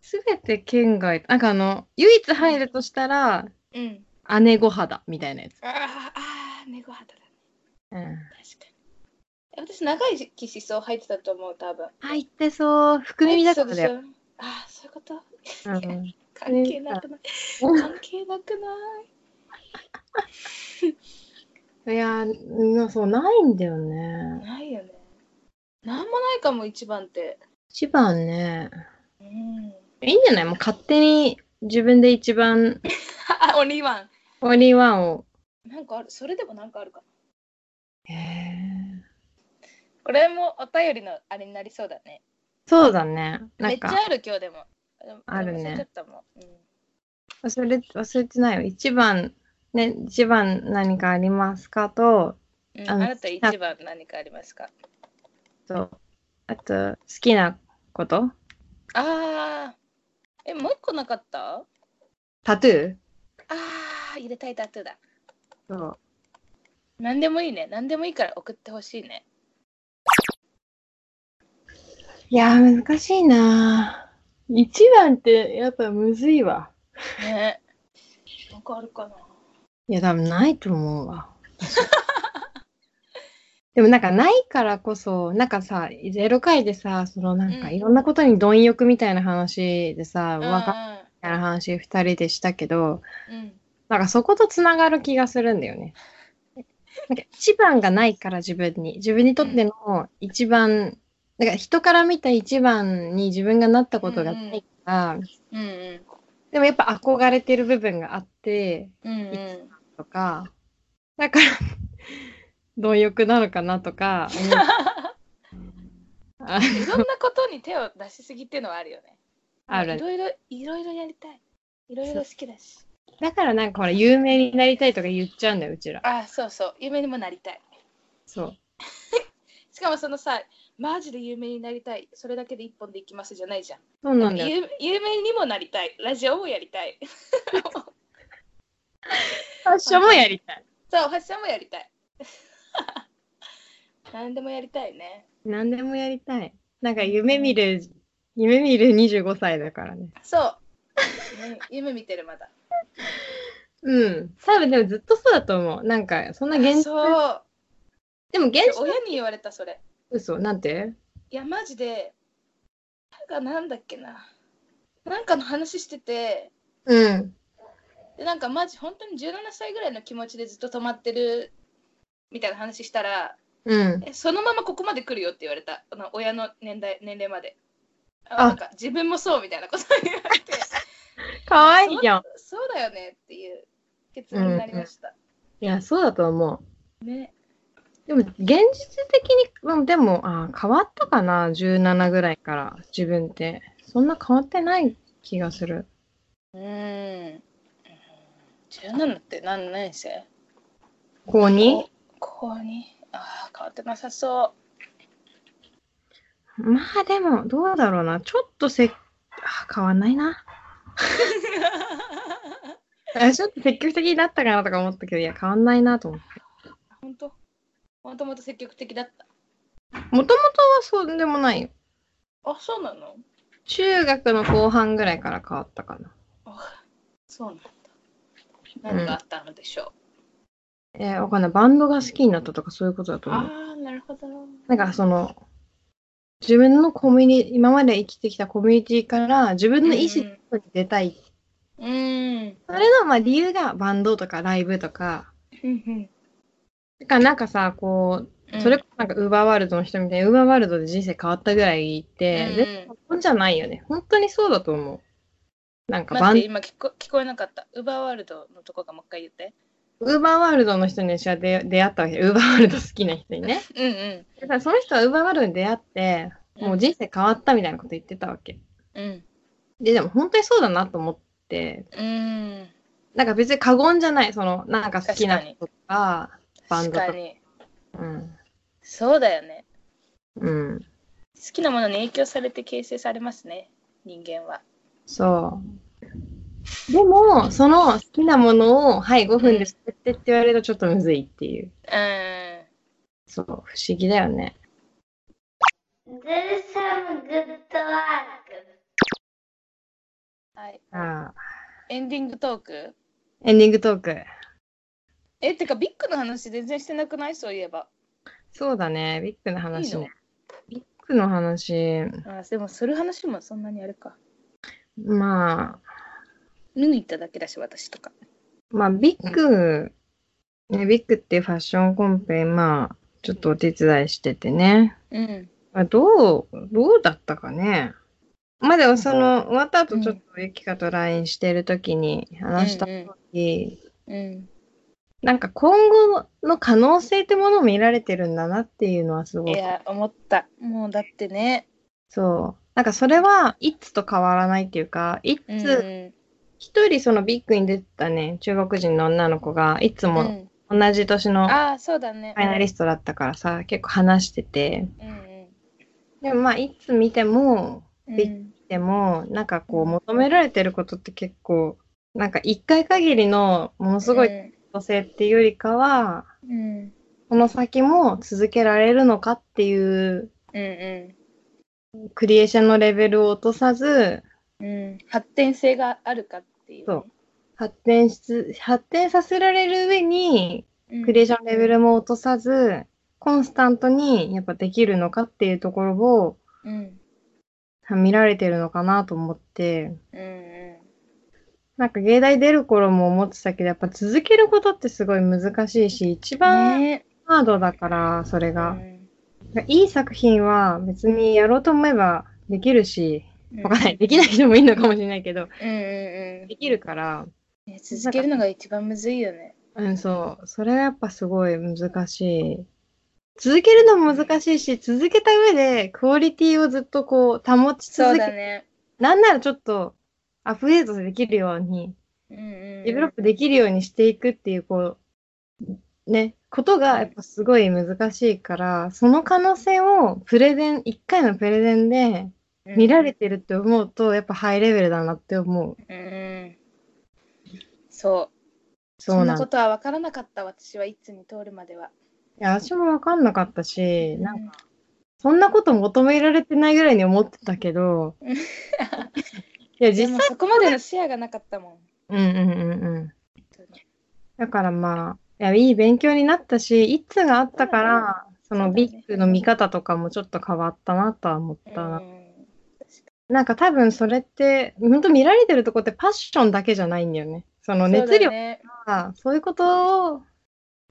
Speaker 1: すべて県外、なんかあの、唯一入るとしたら、
Speaker 2: うん。
Speaker 1: 姉御肌みたいなやつ。
Speaker 2: あーあー、猫肌だ。
Speaker 1: うん。
Speaker 2: 確かに。え私、長いき思想入ってたと思う、多分。
Speaker 1: 入ってそう、福耳だからだよ。
Speaker 2: よ。ああ、そういうこと
Speaker 1: うん、
Speaker 2: 関係なくない。 関係なくない。
Speaker 1: いやーなそう、ないんだよね。
Speaker 2: ないよね。なんもないかも、一番って。
Speaker 1: 一番ね。
Speaker 2: うん。
Speaker 1: いいんじゃないもう勝手に自分で一番、
Speaker 2: あ、オンリーワン。
Speaker 1: オーリーワンを。
Speaker 2: なんかある、それでもなんかあるかな。
Speaker 1: へー
Speaker 2: これもお便りのあれになりそうだね。
Speaker 1: そうだね。な
Speaker 2: めっ
Speaker 1: ん
Speaker 2: ちゃ
Speaker 1: か、
Speaker 2: ある今日でも。でも
Speaker 1: あるね
Speaker 2: 忘れちゃったもん。うん
Speaker 1: 忘れ、忘れてないよ。一番、ね、一番何かありますかと、
Speaker 2: うん、
Speaker 1: あ
Speaker 2: あ
Speaker 1: の
Speaker 2: なた一番何かありますか
Speaker 1: そう。あと、好きなこと
Speaker 2: ああ。え、もう一個なかったあ
Speaker 1: タトゥー
Speaker 2: あ、入れたいタトゥーだ。
Speaker 1: そう。
Speaker 2: 何でもいいね。何でもいいから送ってほしいね。
Speaker 1: いやー、難しいなー一番ってやっぱむずいわ。
Speaker 2: ね。なんかあるかな。
Speaker 1: いや、多分ないと思うわ。 でもなんかないからこそ、なんかさ、0回でさ、そのなんか
Speaker 2: うん
Speaker 1: いろんなことに貪欲みたいな話でさ、
Speaker 2: うん
Speaker 1: わかみたいな話二人でしたけど、
Speaker 2: うん。
Speaker 1: なんかそことつながる気がするんだよね。なんか一番がないから自分に。自分にとっての一番、なんか人から見た一番に自分がなったことがないから、
Speaker 2: うんうん。
Speaker 1: でもやっぱ憧れてる部分があって
Speaker 2: うんうん。
Speaker 1: とか、だから、貪欲なのかなと か、うんあ
Speaker 2: いろんなことに手を出しすぎっていうのはあるよね。
Speaker 1: あ
Speaker 2: い
Speaker 1: る。
Speaker 2: ろいろ、いろいろやりたい。いろいろ好きだし。
Speaker 1: だからなんかほら、有名になりたいとか言っちゃうんだよ、うちら。
Speaker 2: ああ、そうそう。夢にもなりたい。
Speaker 1: そう。
Speaker 2: しかもそのさ、マジで有名になりたい。それだけで一本でいきますじゃないじゃん。
Speaker 1: そうなんだよ。
Speaker 2: 有有名にもなりたい。ラジオもやりたい。
Speaker 1: ファッションもやりたい。
Speaker 2: そう、ファッションもやり たい。何でもやりたいね。
Speaker 1: 何でもやりたい。なんか夢見る、夢見る25歳だからね。
Speaker 2: そう ね夢見てるまだ
Speaker 1: うん。多分でもずっとそうだと思う。なんか、そんな現実。
Speaker 2: そう
Speaker 1: でも現実、
Speaker 2: 親に言われたそれ
Speaker 1: 嘘、なんて
Speaker 2: いやマジでなんかなんだっけななんかの話してて
Speaker 1: うん。
Speaker 2: でなんかマジ本当に17歳ぐらいの気持ちでずっと止まってるみたいな話したら
Speaker 1: うん。
Speaker 2: えそのままここまで来るよって言われたあの親の年代年齢まで
Speaker 1: あ
Speaker 2: あなんか自分もそうみたいなこと言われて
Speaker 1: かわいいじゃん。
Speaker 2: そうそうだよねっていう結論になりました、
Speaker 1: いや、そうだと思う。
Speaker 2: ね
Speaker 1: でも、現実的に、うんでも、あー変わったかな、17ぐらいから、自分って。そんな変わってない気がする。
Speaker 2: うん17って何年生
Speaker 1: 高 2?
Speaker 2: 高にあ変わってなさそ
Speaker 1: まあでも、どうだろうな。ちょっとせっ、あー変わんないな。
Speaker 2: う
Speaker 1: あちょっと積極的になったかなとか思ったけど、いや、変わんないなと思って。
Speaker 2: 本当もともと積極的だった
Speaker 1: もともとはそうでもないよ。
Speaker 2: あそうなの
Speaker 1: 中学の後半ぐらいから変わったかな。
Speaker 2: そうなんだ何かあったのでしょ
Speaker 1: えーわかんない。バンドが好きになったとか、そういうことだと
Speaker 2: う、
Speaker 1: 思う。
Speaker 2: ああなるほど
Speaker 1: なんかその、自分のコミュニ、今まで生きてきたコミュニティから自分の意思で外に出たい。
Speaker 2: うん
Speaker 1: それのまあ理由がバンドとかライブとか。
Speaker 2: うん
Speaker 1: だからなんかさ、こ
Speaker 2: う
Speaker 1: う、
Speaker 2: ん
Speaker 1: それこそなんかウーバーワールドの人みたいに、ウーバーワールドで人生変わったぐらいいて、
Speaker 2: うん
Speaker 1: 絶対そうじゃないよね。本当にそうだと思う。なんかバ
Speaker 2: 待って
Speaker 1: ン、
Speaker 2: 今聞こ聞こえなかったウーバーワールドのとこがもう一回言って
Speaker 1: ウーバーワールドの人に私は出出会ったわけ。ウーバーワールド好きな人にね。
Speaker 2: うんうん
Speaker 1: だからその人はウーバーワールドに出会って、もう人生変わったみたいなこと言ってたわけ。
Speaker 2: うん
Speaker 1: で、でも本当にそうだなと思って、
Speaker 2: うん
Speaker 1: なんか別に過言じゃない、その、なんか好きなこととか、バン
Speaker 2: 確
Speaker 1: ドと
Speaker 2: か
Speaker 1: か。
Speaker 2: に
Speaker 1: うん。
Speaker 2: そうだよね
Speaker 1: うん。
Speaker 2: 好きなものに影響されて形成されますね人間は
Speaker 1: そう。でも、その好きなものを、はい、5分で作ってって言われるとちょっとむずいっていう。
Speaker 2: うん
Speaker 1: そう、不思議だよね。
Speaker 3: Do some good work.
Speaker 2: はい
Speaker 1: ああ。
Speaker 2: エンディングトーク
Speaker 1: エンディングトーク。
Speaker 2: えてかビッグの話全然してなくないそういえば
Speaker 1: そうだね、ビッグの話
Speaker 2: いい
Speaker 1: ね。ビッグの話、
Speaker 2: あでもする話もそんなにあれか
Speaker 1: まあ、
Speaker 2: 見に行っただけだし私とか
Speaker 1: まあ、ビッグ、ね、ビッグっていうファッションコンペ、まあ、ちょっとお手伝いしててね。
Speaker 2: うん
Speaker 1: あどう、どうだったかね。まあでもその、終わった後ちょっとユキカと LINE してる時に話した時、
Speaker 2: うん
Speaker 1: なんか今後の可能性ってものを見られてるんだなっていうのはすごい。
Speaker 2: いや思ったもうだってね
Speaker 1: そう。なんかそれは、いつと変わらないっていうか、い
Speaker 2: うん
Speaker 1: つ、一人そのビッグに出てたね、中国人の女の子が、いつ
Speaker 2: うんう
Speaker 1: も
Speaker 2: ん
Speaker 1: 同じ年のフ
Speaker 2: ああそうだね
Speaker 1: ァイナリストだったからさ、結構話してて。
Speaker 2: うんうん
Speaker 1: でもまあ、いつ見ても、
Speaker 2: うん
Speaker 1: ビッでもなんかこう求められてることって結構なんか一回限りのものすごい女性っていうよりかは、
Speaker 2: うんうん
Speaker 1: この先も続けられるのかっていう
Speaker 2: うん
Speaker 1: クリエーションのレベルを落とさず
Speaker 2: うんうん発展性があるかっていう
Speaker 1: そう発展しつ発展させられる上に
Speaker 2: うん
Speaker 1: クリエーションレベルも落とさずコンスタントにやっぱできるのかっていうところを
Speaker 2: うん
Speaker 1: 見られてるのかなと思って
Speaker 2: うんうん
Speaker 1: なんか芸大出る頃も思ってたけどやっぱ続けることってすごい難しいし一番、
Speaker 2: ね
Speaker 1: ハードだから、それ
Speaker 2: う
Speaker 1: が。
Speaker 2: ん
Speaker 1: いい作品は別にやろうと思えばできるし、
Speaker 2: うん
Speaker 1: わかんない。できない人もいるのかもしれないけど、
Speaker 2: うんうんうん
Speaker 1: できるから、
Speaker 2: ね続けるのが一番むずいよね
Speaker 1: うん、そう。それはやっぱすごい難しい。続けるのも難しいし、続けた上でクオリティをずっとこう保ち
Speaker 2: そ
Speaker 1: 続け、
Speaker 2: うだね
Speaker 1: なんならちょっとアップデートできるように、
Speaker 2: うんうんうん
Speaker 1: デベロップできるようにしていくっていう、こう、ね、ことがやっぱすごい難しいから、その可能性をプレゼン、一回のプレゼンで
Speaker 2: うん
Speaker 1: 見られてるって思うと、やっぱハイレベルだなって思う。
Speaker 2: うんそう
Speaker 1: そ
Speaker 2: そ
Speaker 1: うんな
Speaker 2: なんこ
Speaker 1: だ。
Speaker 2: とは分からなかった私はいつに通るまでは。
Speaker 1: いや、私もわかんなかったし、なんか
Speaker 2: か
Speaker 1: そんなこと求められてないぐらいに思ってたけど、いや、
Speaker 2: で
Speaker 1: 実
Speaker 2: も
Speaker 1: 際、
Speaker 2: そこまでの視野がなかったも
Speaker 1: うんうんうんうん。
Speaker 2: ん。
Speaker 1: だからまあ、いや、いい勉強になったし、いつがあったか
Speaker 2: うん
Speaker 1: ら、その
Speaker 2: そうだね
Speaker 1: ビッグの見方とかもちょっと変わったなとは思っ
Speaker 2: うん、
Speaker 1: たな。
Speaker 2: 確
Speaker 1: なんか多分それって、本当見られてるとこってパッションだけじゃないんだよね。そ
Speaker 2: か
Speaker 1: の
Speaker 2: に
Speaker 1: 熱量
Speaker 2: そうだね
Speaker 1: とか、そういうことを、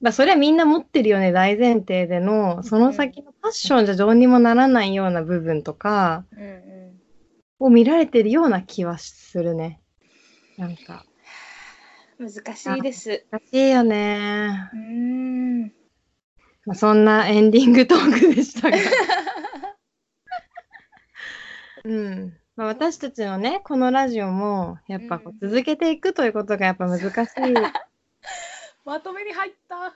Speaker 1: まあそれはみんな持ってるよね、大前提での、その先のパッションじゃどうにもならないような部分とか
Speaker 2: うんうん
Speaker 1: を見られてるような気はするね。なんか、
Speaker 2: 難しいです。
Speaker 1: 難しいよね。
Speaker 2: うーん。
Speaker 1: まあ、そんなエンディングトークでしたが。うんまあ、私たちのねこのラジオもやっぱこう
Speaker 2: うん
Speaker 1: 続けていくということがやっぱ難しい
Speaker 2: まとめに入った。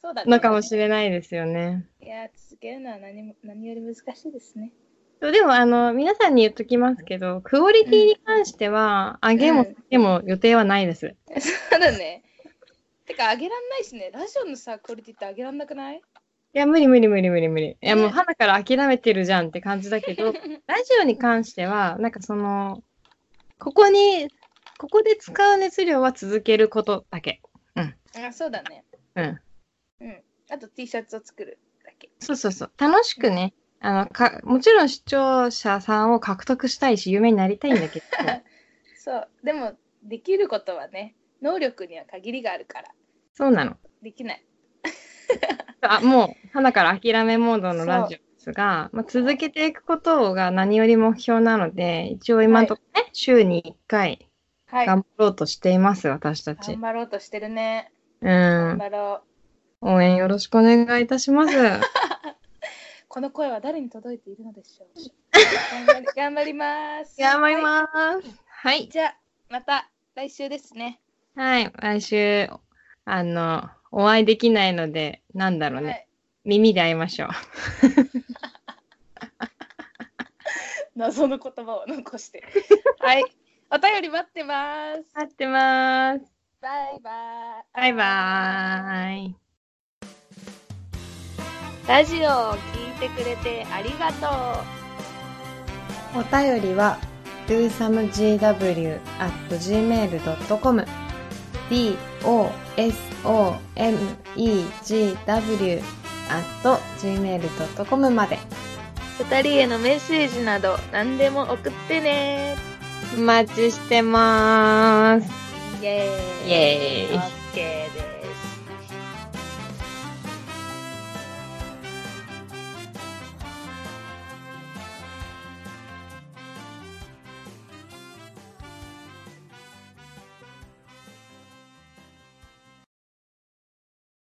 Speaker 2: そうだね。
Speaker 1: のかもしれないですよね。
Speaker 2: いやー、続けるのは何も何より難しいです ね。
Speaker 1: そうでもあの皆さんに言っときますけどクオリティに関しては上げも
Speaker 2: うん
Speaker 1: 下げも予定はないです。
Speaker 2: そうだね。てか、あげらんないしね。ラジオのさ、クオリティってあげらんなくない
Speaker 1: いや無理無理無理無理無理。いやもう
Speaker 2: ね
Speaker 1: 花から諦めてるじゃんって感じだけ どラジオに関してはなんかそのここにここで使う熱量は続けることだけ。
Speaker 2: あ、そうだね。
Speaker 1: うん
Speaker 2: うん。あと T シャツを作るだけ。
Speaker 1: そうそうそう。楽しくね、あのか、もちろん視聴者さんを獲得したいし、有名になりたいんだ けど、
Speaker 2: そう。でも、できることはね、能力には限りがあるから、
Speaker 1: そうなの。
Speaker 2: できない。
Speaker 1: あもう、花から諦めモードのラジオですが、まあ、続けていくことが何より目標なので、一応今のところね、週に1回
Speaker 2: はい。
Speaker 1: 頑張ろうとしています、私たち
Speaker 2: 頑。張ろうとしてるね。
Speaker 1: う
Speaker 2: 頑
Speaker 1: ん。
Speaker 2: 張ろう。
Speaker 1: 応援よろしくお願いいたし ます。
Speaker 2: この声は誰に届いているのでしょう頑張り 頑張ります。
Speaker 1: 頑張ります。はい。
Speaker 2: じゃあまた来週ですね。
Speaker 1: はい。来週、あの、お会いできないので、なんだろうね。
Speaker 2: はい
Speaker 1: 耳で会いましょう。
Speaker 2: 謎の言葉を残して。はい。お便り待ってます。
Speaker 1: 待ってます。
Speaker 2: バイバイ。
Speaker 1: バイバーイ。
Speaker 2: ラジオを聞いてくれてありがとう。
Speaker 1: お便りは dosamegw.gmail.com dosamegw.gmail.com まで
Speaker 2: 二人へのメッセージなど何でも送ってね。
Speaker 1: お待ちしてます。
Speaker 2: イエーイ。
Speaker 1: イエーイ
Speaker 2: オッケー